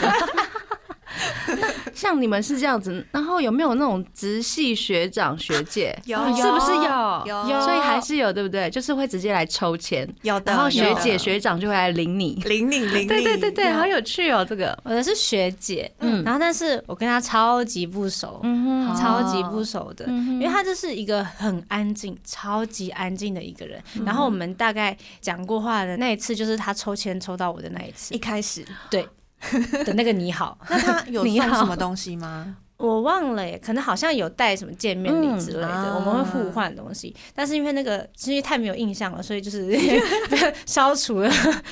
像你们是这样子，然后有没有那种直系学长学姐？哦有是不是有？有所以还是有，对不对？就是会直接来抽签，有的，然后学姐有的学长就会来领你。 *laughs* 领你领你，嗯对对对对，好有趣哦，这个。我的是学姐，嗯然后但是我跟她超级不熟，嗯哼超级不熟的，嗯哼因为她就是一个很安静、超级安静的一个人。然后我们大概讲过话的那一次，就是她抽签抽到我的那一次一开始，的那个你好， *laughs* 那他有送你好什么东西吗？我忘了耶，可能好像有带什么见面礼之类的，嗯我们会互换东西。但是因为那个因为太没有印象了，所以就是 *laughs* 消除了，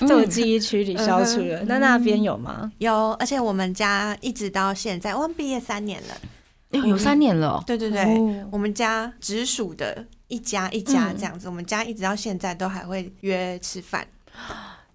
在我记忆区里消除嗯了。那那边有吗？有，而且我们家一直到现在，我们毕业三年了。哎呦有三年了哦，对对对，哦我们家直属的一家一嗯家这样子，我们家一直到现在都还会约 *gasps* 吃饭，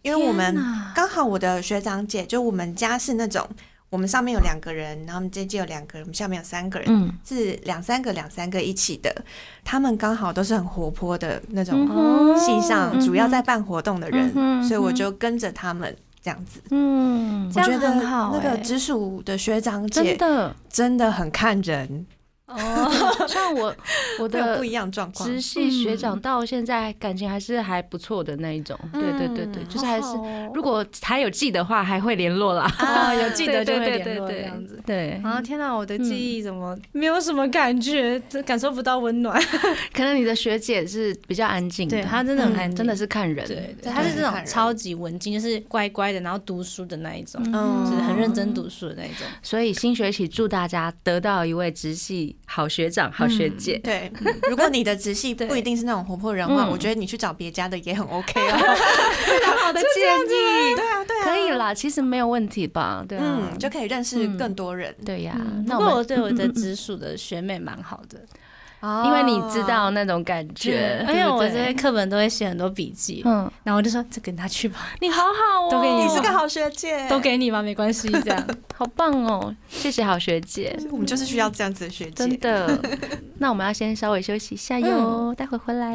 因为我们天哪刚好我的学长姐，就我们家是那种我们上面有两个人，然后我们这届有两个人，我们下面有三个人，嗯，是两三个两三个一起的，他们刚好都是很活泼的那种嗯哼系上主要在办活动的人，嗯哼所以我就跟着他们这样子。嗯，这我样觉得很好那欸个直属的学长真姐的真的很看人，哦， *laughs* 像我我会有的嗯不一样状况。直系学长到现在感情还是还不错的那一种，对对对对，嗯就是还是如果还有记的话，还会联络啦。哦啊，有记得就对对会对联络这对样子。 *laughs* 对，啊！天哪，我的记忆怎么没有什么感觉，这感受不到温暖。可能你的学姐是比较安静的，嗯对她真的很安静真的是看人， *laughs* 对，对，对她是很这感种人超级文静，就是乖乖的，然后读书的那一种，嗯就是很认真读书的那一种。所以新学期祝大家得到一位直系好学长、好学姐。对，嗯如果你的 *laughs* 直系不一定是那种活泼人话，嗯啊我觉得你去找别家的也很 OK *laughs* 哦。好的建议，对啊，对啊，可以。啦，其实没有问题吧？对啊，嗯嗯，就可以认识更多人。对呀。啊不那过我嗯我嗯们对我的直属的学妹蛮好的，哦嗯因为你知，啊道那种感觉，而且我这啊对些不对课本都会写很多笔记，嗯，然后我就说这跟他去吧，你好好哦，都给你你是个好学姐，都给你吧，没关系，这 *laughs* 样。好棒哦，谢谢好学姐，嗯我们就是需要这样子的学真姐。 *laughs* 的。那我们要先稍微休息一下哟，待会回来。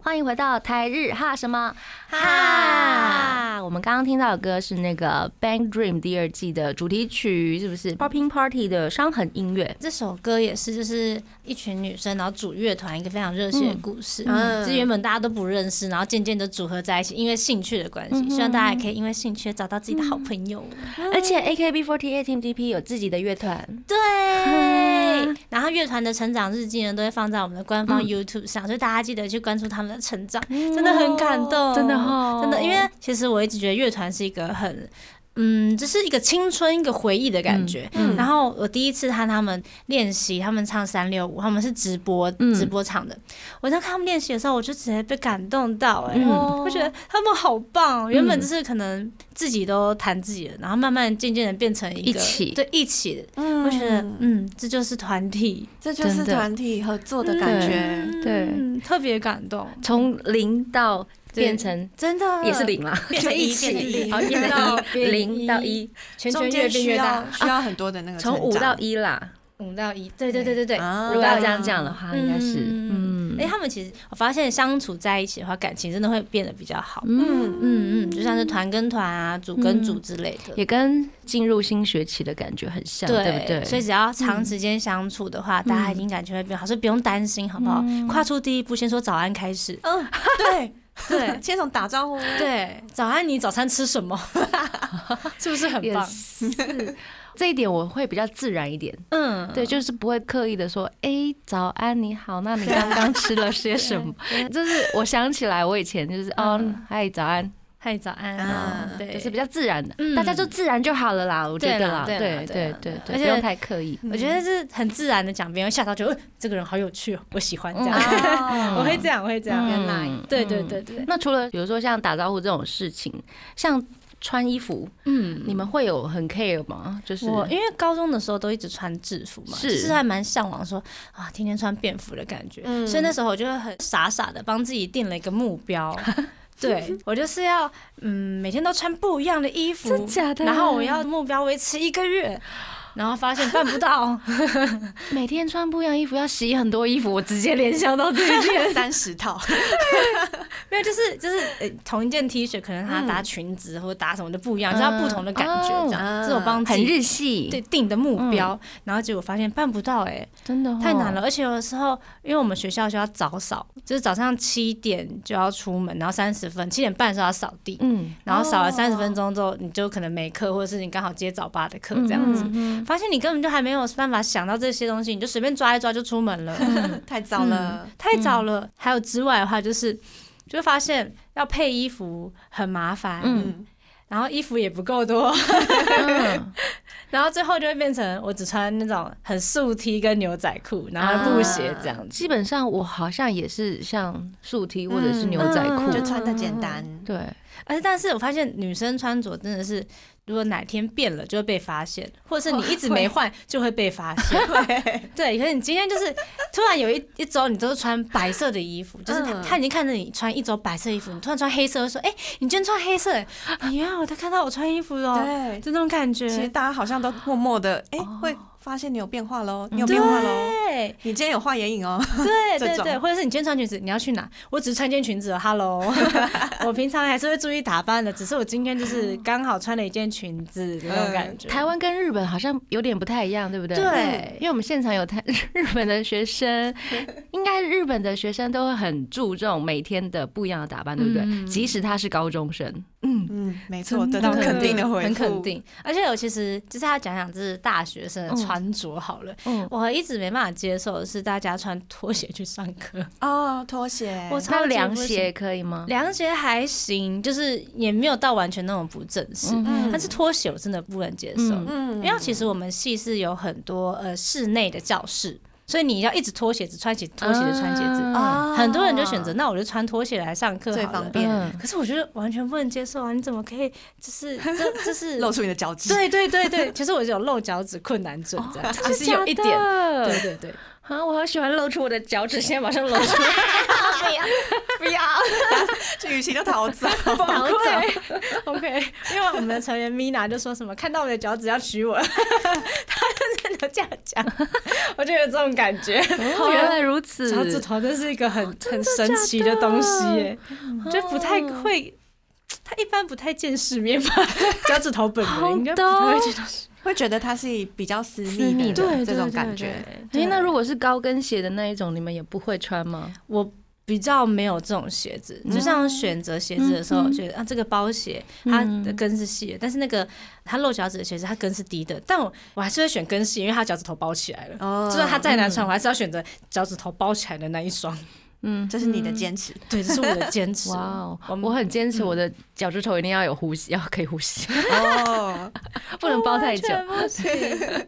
欢迎回到台日哈什么哈？我们刚刚听到的歌是那个《Bang Dream》第二季的主题曲，是不是 Popping Party 的伤痕音乐？这首歌也是，就是一群女生，然后组乐团，一个非常热血的故事。嗯就是原本大家都不认识，然后渐渐的组合在一起，因为兴趣的关嗯系，希望大家也可以因为兴趣找到自己的好朋友。而且 AKB48 Team DP 有自己的乐团，对，嗯然后乐团的成长日记呢，都会放在我们的官方 YouTube 上，所以大家记得去关注他们的成长，真的很感动，嗯真的哦真的，因为其实我一直觉得乐团是一个很。嗯，这是一个青春、一个回忆的感觉。嗯嗯然后我第一次看他们练习，他们唱三六五，他们是直播、嗯直播唱的。我在看他们练习的时候，我就直接被感动到、哎、嗯我觉得他们好棒、哦。原本就是可能自己都弹自己的，然后慢慢渐渐的变成一个一起对一起的，嗯我觉得，嗯，这就是团体这就是真的团体合作的感觉，对嗯特别感动，从零到变成真的也是零啦，变成一就 *laughs* 变一一好，变变成到一零到一，圈中圈间越变需越要大，需要很多的那个啊从五成长到一啦。五到一，对对对对对。啊如果要这样讲的话，应该是嗯嗯，哎，他们其实我发现相处在一起的话，感情真的会变得比较好。嗯，嗯嗯，就像是团跟团啊，组跟组之类的，也跟进入新学期的感觉很像，对不对？嗯所以只要长时间相处的话，大嗯家已经感情会变好，所以不用担心，好不好？跨出第一步，先说早安开始。 *laughs* 嗯，对，对 *laughs* 先从打招呼，对，早安，你早餐吃什么？ *laughs* 是不是很也棒？是这一点我会比较自然一点，嗯，对，就是不会刻意的说，哎、早安，你好，那你刚刚吃了些什 *laughs* 么？就是我想起来，我以前就是，哦嗯，嗨，早安，嗨，早安，啊嗯对，就是比较自然的，嗯大家就自然就好了啦，我觉对得啦啦，对对啦对对对啦对，对啦不用太刻意。我觉得是很自然的讲，别人吓到就、呃这个人好有趣、哦，我喜欢这嗯样。我会这样，我会这样。嗯 *laughs* 对对对对，那除了比如说像打招呼这种事情，像穿衣服，嗯你们会有很 care 吗？就是嗯我因为高中的时候都一直穿制服嘛，是其实还蛮向往说啊，天天穿便服的感觉。嗯。所以那时候我就会很傻傻的帮自己定了一个目 *laughs* 标，对我就是要嗯每天都穿不一样的衣服，假的然后我要目标维持一个月。然后发现办不到， *laughs* 每天穿不一样衣服，要洗很多衣服，我直接联想到这一件 *laughs* 三十套，没有，就是就是、呃同一件 T 恤，可能它搭裙嗯子或者搭什么的不一样，就要不同的感觉，这样。嗯这是我帮自哦很己日嗯系，对，定的目标，然后结果发现办不到、欸，真的哦太难了。。而且有的时候，因为我们学校需要早扫，就是早上七点就要出门，然后三十分七点半的时候要扫地，嗯，然后扫了哦三十分钟之后，你就可能没课，或者是你刚好接早八的课这样子。嗯发现你根本就还没有办法想到这些东西，你就随便抓一抓就出门 *laughs* 了，嗯太早了，太早了。还有之外的话，就是就会发现要配衣服很麻烦，嗯嗯，然后衣服也不够多，嗯然后最后就会变成我只穿那种很素 T 跟牛仔裤， *laughs* 然后啊布鞋这样子。基本上我好像也是像竖 T 或者是牛仔嗯裤，就穿的简单，对，而且，但是我发现女生穿着真的是，如果哪天变了就会被发现，或者是你一直没换就会被发 *laughs* 现。对，可是你今天就是突然有一一周你都是穿白色的衣服，就是他嗯他已经看着你穿一周白色衣服，你突然穿黑色，就说：“哎、你今天穿黑色、欸，哎呀，他看到我穿衣服了哦。”对，就那种感其实觉。大家好像都默默的，哎，会发现你有变化喽，你有变化喽，对你今天有画眼影哦，对这对种对，或者是你今天穿裙子，你要去哪？我只是穿件裙子，Hello，我 *laughs* 平常还是会注意打扮的，只是我今天就是嗯刚好穿了一件裙子那种感觉。台湾跟日本好像有点不太一样，对不对？对因为我们现场有台 *laughs* 日本的学 *laughs* 生，应该日本的学生都会很注重每天的不一样的打扮，对不对？嗯即使他是高中生，嗯，没错，真得的到肯定的回复，嗯很肯，定。而且我其实就是要讲讲，就是大学生的穿着好了。嗯，我一直没办法接受的是大家穿拖鞋去上课，哦，拖鞋，我那超级凉不行鞋可以吗？凉鞋还行，就是也没有到完全那种不正式，嗯但是拖鞋我真的不能接受。嗯嗯因为其实我们系是有很多呃室内的教室，所以你要一直脱鞋子、穿鞋子、脱鞋子、穿鞋子。啊啊很多人就选择，那我就穿拖鞋来上课好最了。方便，嗯，可是我觉得完全不能接受啊！你怎么可以 *laughs* 就是这这是露出你的脚趾， *laughs* 对对对对，其实我是有露脚趾困难症这样，其实有一点。对对对，啊，我好喜欢露出我的脚趾，现在马上露出，不要这与其 *laughs* 就逃 *laughs* 走，崩溃。OK，因为我们的成员 Mina 就说什么看到我的脚趾要娶我， *laughs* 她真的这样 *laughs* 讲，我就有这种感觉。 *laughs* 哦原来如此，脚趾哦头真是一个很、很神奇的哦东西耶，就不太会，他一般不太见世面 *laughs* 吧？脚趾头本好人应该不太会见到世会觉得它是比较私私密密的的面这种感觉，。哎，那如果果是高跟鞋的那一种，你们也不会穿吗？我比较没有这种鞋子，就像选择鞋子的时候，觉得啊这个包鞋它的跟是细的，但是那个它露脚趾的鞋子它跟是低的，但我我还是会选跟细，因为它脚趾头包起来了。哦就算它再难穿，我还是要选择脚趾头包起来的那一双。嗯，这是你的坚持，对，这是我的坚持。哇哦我，们我很坚持我的脚趾头一定要有呼吸，要可以呼 *laughs* 吸，哦，不能包太久。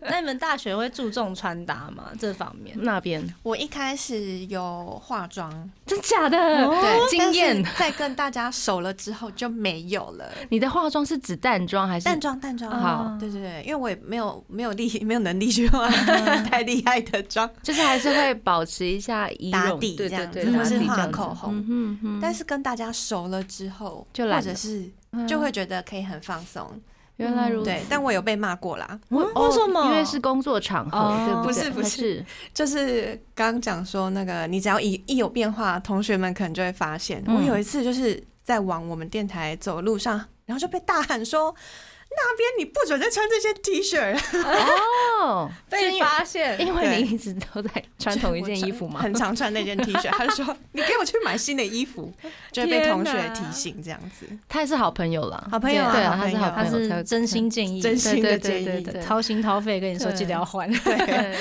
那你们大学会注重穿搭吗？这方面？那边 *laughs* 我一开始有化妆，真假的？对，惊艳！但是 *laughs* 在跟大家熟了之后就没有了。你的化妆是指淡妆还是？淡妆，淡妆，好对对对，因为我也没有没有力，没有能力去化嗯 *laughs* 太厉害的妆，就是还是会保持一下仪打容，底对这对样对，子，或打是底这画样子口嗯红。哼哼，但是跟大家熟了之后，就或懒者了嗯是就会觉得可以很放松，原来如此。嗯对。但我有被骂过啦，我为什么因为是工作场合，哦对对？不是不是是，就是刚刚讲说那个，你只要一一有变化，同学们可能就会发现。嗯我有一次就是在往我们电台走路上，然后就被大喊说：“那边你不准再穿这些 T 恤了，哦，被发现，因为你一直都在穿同一件衣服 *laughs* 嘛。很常穿那件 T *laughs* 恤。他就说你给我去买新的衣服，就会被同学提醒这样子。他也是好朋友啦，好朋友啊对啊，好他朋是友好他朋友，才是会真心建议，真心的对对建议对对对掏心掏肺跟你说对记得要 *laughs* 还。对，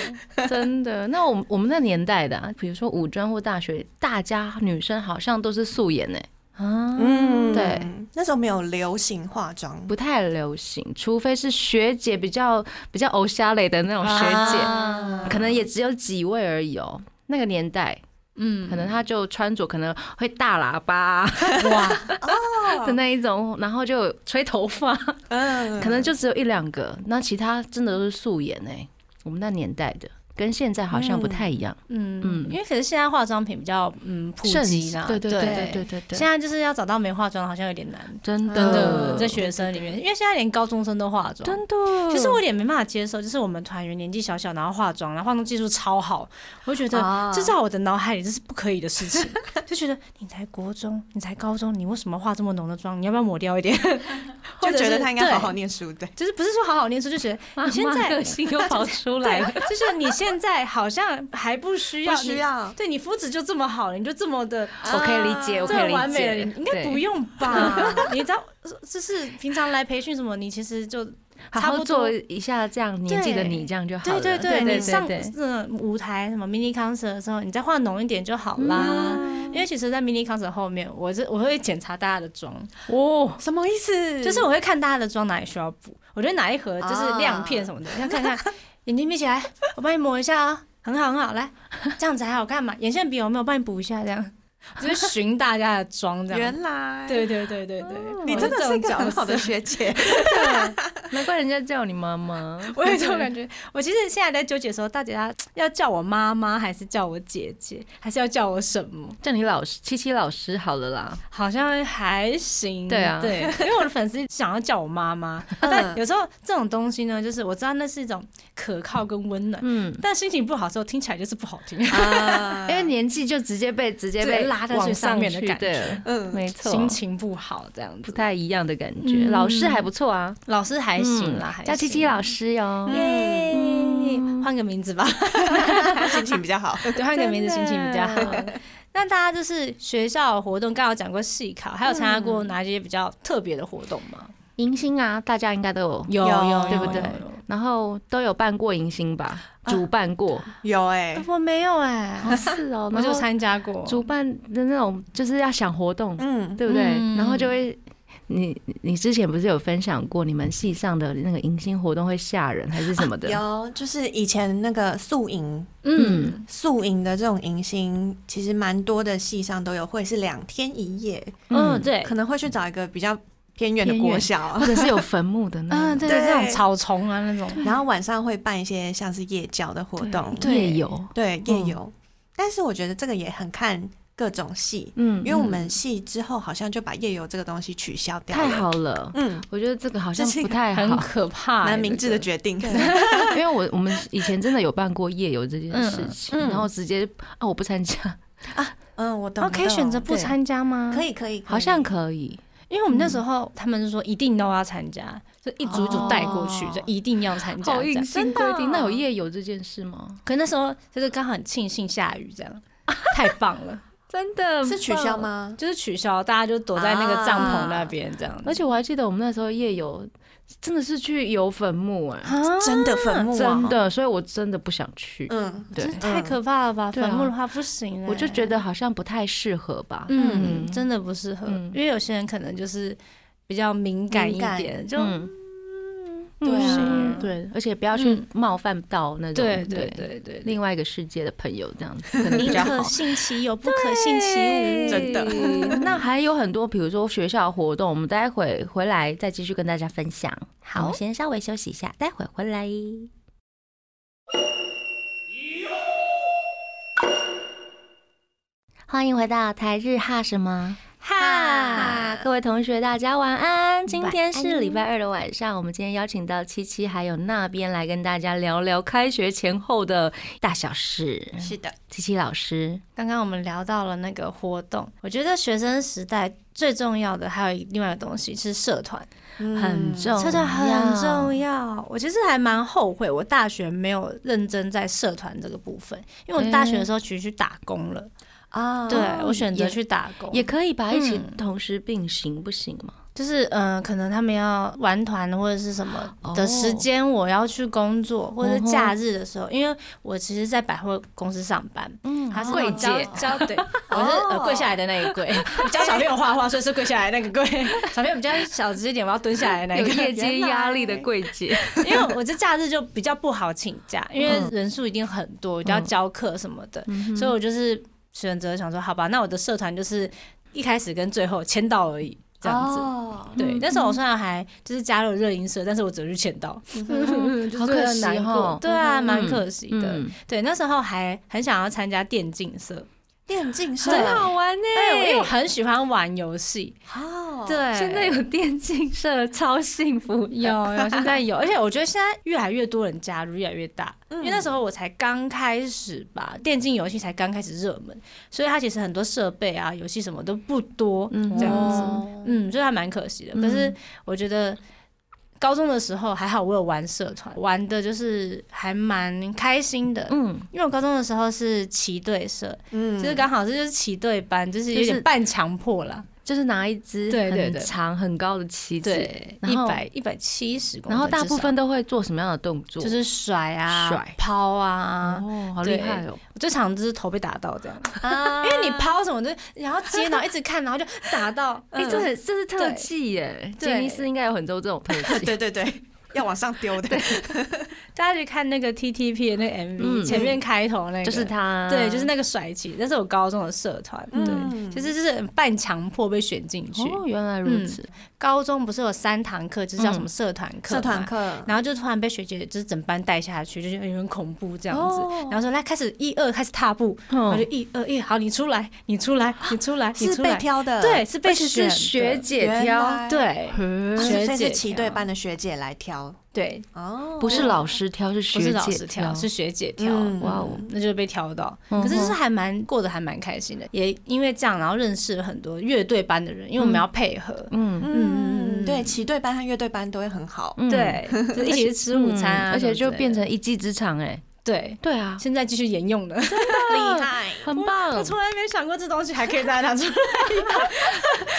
真的。那我们我们那年代的、啊，比如说五专或大学，大家女生好像都是素颜诶、欸啊，嗯，对，那时候没有流行化 *laughs* 妆，不太流行，除非是学姐比较比较偶像类的那种学姐，啊可能也只有几位而已哦。那个年代，嗯可能她就穿着可能会大喇叭 *laughs* 哇，的那一种，然后就吹头发，嗯，可能就只有一两个。那其他真的都是素颜哎、我们那年代的跟现在好像不太一样，嗯嗯嗯，因为可是现在化妆品比较嗯普盛及行啦，对对对对对对对，现在就是要找到没化妆好像有点难，真真的的在学生里面，因为现在连高中生都化妆。真的，其实我有点没办法接受，就是我们团员年纪小小，然后化妆，然后化妆技术超好，我就觉得啊这在我的脑海里这是不可以的事 *laughs* 情，就觉得你才国中，你才高中，你为什么化这么浓的妆？你要不要抹掉 *laughs* 一点？或就者觉是得他应该好好对念书，对，就是不是说好好念书，就觉得你 *laughs* 现妈在个性又跑出 *laughs* 来了，就是你现在好像还不需不要，需 *laughs* 要你。对你肤质就这么好了，你就这么的我可以理解，我这可以理解，么完美了，你应该对不用啊吧？你知道，就是平常来培训什么，你其实就好差好不做多一下这样年纪的你，这样就好对了。对对你上对这舞台什么 mini concert 的时候，你再化浓一点就好啦。嗯因为其实，在 mini concert 后面，我是我会检查大家的妆，哦，什么意思？就是我会看大家的妆哪里需要补，我觉得哪一盒就是亮片什么啊的，要看看 *laughs* 眼睛闭起来，我帮你抹一下啊、很好很好，来这样子还好看嘛？眼线笔有没有？我帮你补一下， *laughs* 这样就是寻大家的妆这样。原来，对对对对对，哦你真的我是一这个种很角好的色学姐。难怪人家叫你妈妈。 *laughs* 我有这种感觉。我其实现在在纠结说，到底要要叫我妈妈，还是叫我姐姐，还是要叫我什么？叫你老师，七七老师好了啦。好像还行。对啊对，因为我的粉丝想要叫我 *laughs* 妈妈，但有时候这种东西呢，就是我知道那是一种可靠跟温暖，嗯，但心情不好的时候听起来就是不好听，啊因为年纪就直接被直接被对拉到往最上面的去感觉对嗯没错，心情不好这样不子。太一样的感觉。嗯老师还不错啊，嗯老师还行啦，还叫七七老师。师哟。耶，换个名字吧，心情比较好。对，换个名字心情比较好真。的那大家就是学校的活动，刚刚有讲过戏考，还有参加过哪些比较特别的活动吗？迎新啊，大家应该都有，有哎有对不对？然后都有办过迎新吧，主办过。有哎、我没有哎、啊哦，是哦，我然就后参加过。主办的那种就是要想活动，嗯，对不对？嗯然后就会，你你你之前不是有分享过你们系上的那个迎新活动会吓人还是什么的？有就是以前那个宿营，嗯，宿营的这种迎新，其实蛮多的戏上都有，会是两天一夜，嗯，，对，可能会去找一个比较偏远的偏远国小 *laughs* 或，者是有坟墓的那嗯，种对，对这种草丛啊那种，然后晚上会办一些像是夜教的活动，对夜游，对夜嗯游、但是我觉得这个也很看各种戏，嗯，因为我们系之后好像就把夜游这个东西取消嗯掉了，太，好了。嗯，我觉得这个好像这是一不个太很好，可怕、蛮明智的这决定， *laughs* 因为我我们以前真的有办过夜游这件事情，嗯嗯然后直接啊我不参加，嗯，我懂，个。哦，可以我懂选择不参加吗？可以，以可以，好像可以，因为我们那时候他们是说一定都要参加，就一组一组带过去，哦就一定要参加。这样性真的规哦定。那有夜游这件事吗？可那时候就是刚好很庆幸下雨，这样太棒了，真的可以是取消？吗？就是取消，大家就躲在那个帐篷那边这样子。而且我还记得我们那时候夜游真的是去游坟墓哎、啊真的坟墓、啊，真，的，所以我真的不想去。嗯，对真，的太可怕了吧？对啊坟墓的话不行欸，我就觉得好像不太适合吧。嗯，嗯真的不适合，嗯因为有些人可能就是比较敏感一敏点，就嗯，对啊嗯对，而且不要去嗯冒犯到那种对对对对，另外一个世界的朋友这样 *laughs* 子，可能比宁较好可。信其有，不可信其无，真的的。 *laughs* 那还有很多，比如说学校活动，我们待会回来再继续跟大家分享。好，我们先稍微休息一下，待会回来。欢迎回到台日哈什么？哈哈！啊各位同学，大家晚安。今天晚是安礼拜二的晚上，我们今天邀请到七七还有那边来跟大家聊聊开学前后的大小事。是的，七七老师，刚刚我们聊到了那个活动，我觉得学生时代最重要的还有另外一个东西是社团，嗯很重要社团很重要。我其实还蛮后悔，我大学没有认真在社团这个部分，因为我大学的时候其实去打工了，啊，对我选择也去打工，也可以把一起嗯同时并行，不行吗？就是嗯、呃可能他们要玩团或者是什么哦的时间，我要去工作，或者嗯是哼假日的时候，因为我其实，在百货公司上班，嗯他是贵那种姐哦教 *laughs* 教对，我是呃跪下来的那一跪，教小朋友画画，所以是跪下来那个跪。小朋友比较小只一点，我要蹲下来的那有一个。业绩压力的柜 *laughs* 姐，因为我这假日就比较不好请假，因为嗯人数一定很多，我就要教课什么的，所以我就是选择想说，好吧，那我的社团就是一开始跟最后签到而已，这样子。哦对嗯，那时候我虽然还就是加入热音社，但是我只有去签到， *laughs* 好就是可很惜难过哦。对啊，嗯蛮可惜的。嗯，对，那时候还很想要参加电竞社，电竞社很好玩呢对，因为我很喜欢玩游戏。哦，对，现在有电竞社，超幸福。有有，现在有，而且我觉得现在越来越多人加入，越来越大。嗯因为那时候我才刚开始吧，电竞游戏才刚开始热门，所以它其实很多设备啊、游戏什么都不多，嗯这样子，哦嗯，所以还蛮可惜的。嗯可是我觉得。高中的时候还好，我有玩社团，玩的就是还蛮开心的。嗯，因为我高中的时候是骑队社，嗯就是刚好这就是骑队班，就是有就是点半强迫啦。就是拿一支对对很对长很高的旗子，对，然一后百一百七十公然分至少，后大部分都会做什么样的动作？就是甩啊、甩抛啊，哦，好对厉害哦！我最常就是头被打到这样，啊因为你抛什么就然后接，然后一直看，然后就打到，哎，嗯这很这是特对技耶，对杰尼斯应该有很多这种特 *laughs* 技。对对对， *laughs* 要往上丢 *laughs* 的，大家去看那个 T T P 的那个 M V，、嗯前面开头那个就是。他，对，就是那个甩旗，那是我高中的社团，嗯对，其实就是半强迫被选进去。哦，原来嗯如此，高中不是有三堂课，就是叫什么社团课嘛，社团课，然后就突然被学姐就是整班带下去，就是有点恐怖这样子。哦然后说来开始一二开始踏步，然嗯后就一二一好你出来，你出来，你出来，你是出被来，挑的，对，是被而且是选的学姐原挑，来对嘿啊，学所以姐是骑队挑班的学姐来挑对，哦，不是老师挑，是不是学老姐师挑，是学姐挑，嗯哇哦，那就被挑到。嗯哼可是就是还蛮过得还蛮开心的，也因为这样，然后认识了很多乐队班的人，因为我们要配合，嗯嗯，对，骑队班和乐队班都会很好。嗯，对，就一起去吃午餐嗯啊，而且就变什么成一技之长哎，之类的对。对啊，现在继续沿用了，厉害，很棒，我说从来没想过这东西还可以再拿出来。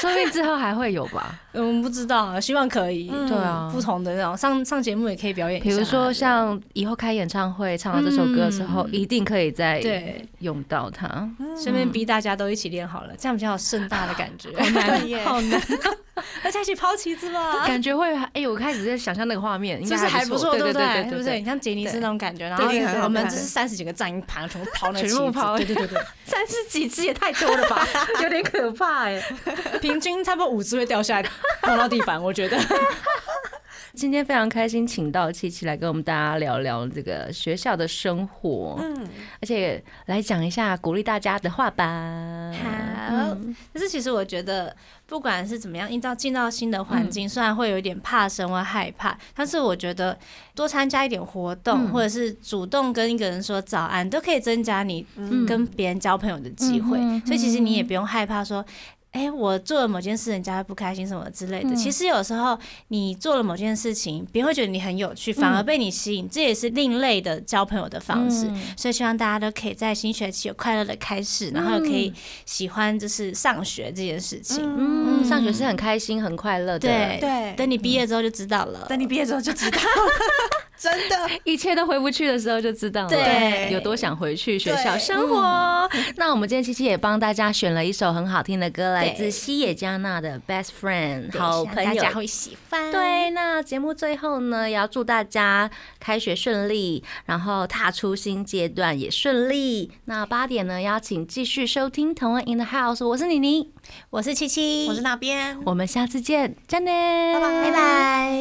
不定之后还会有吧。 *laughs* 嗯，不知道啊，希望可以。嗯对啊不同的那种上上节目也可以表演一下啊比如说像以后开演唱会唱到这首歌的时候，嗯一定可以再对，用到它。顺便逼大家都一起练好了，这样比较有盛大的感觉。 *laughs* 对耶，好难，大家一起抛旗子吧。感觉会，哎、我开始在想象那个画面，应是该不是还不不错，对对不对对对对不对？你像杰尼斯那种感觉，然后对对对我们对这是三十几个站一盘， *laughs* 全部抛那个全部旗子抛对对对对， *laughs* 三十几只也太多了 *laughs* 吧，有点可怕 *laughs* 哎、平均差不多五只会掉下来，碰到地板。我觉得今天非常开心，请到七七来跟我们大家聊聊这个学校的生活，嗯，而且来讲一下鼓励大家的话吧。嗯好，但是其实我觉得，不管是怎么样，一到进到新的环嗯境，虽然会有一点怕生或害怕，但是我觉得多参加一点活动，嗯或者是主动跟一个人说早安，都可以增加你嗯跟别人交朋友的机会。嗯哼所以其实你也不用害怕说。哎、我做了某件事，人家会不开心什么之类的。嗯其实有时候你做了某件事情，别人会觉得你很有趣，反而被你吸引，这也是另类的交朋友的方式。嗯所以希望大家都可以在新学期有快乐的开始，然后可嗯以喜欢就是上学这件事情。嗯，上学是很开心、很快乐的，对对，等你毕业之后就知道了。嗯等你毕业之后就知道了， *laughs* 真的，一切都回不去的时候就知道了，对有多想回去学校对生活。 *laughs* 那我们今天七七也帮大家选了一首很好听的歌，来自西野加纳的《Best Friend》好希望朋大友家。会喜欢。对，那节目最后呢，也要祝大家开学顺利，然后踏出新阶段也顺利。那八点呢，邀请继续收听《同安 in the House》，我是妮妮，我是七七，我是那边，我们下次见，再见，拜拜拜拜。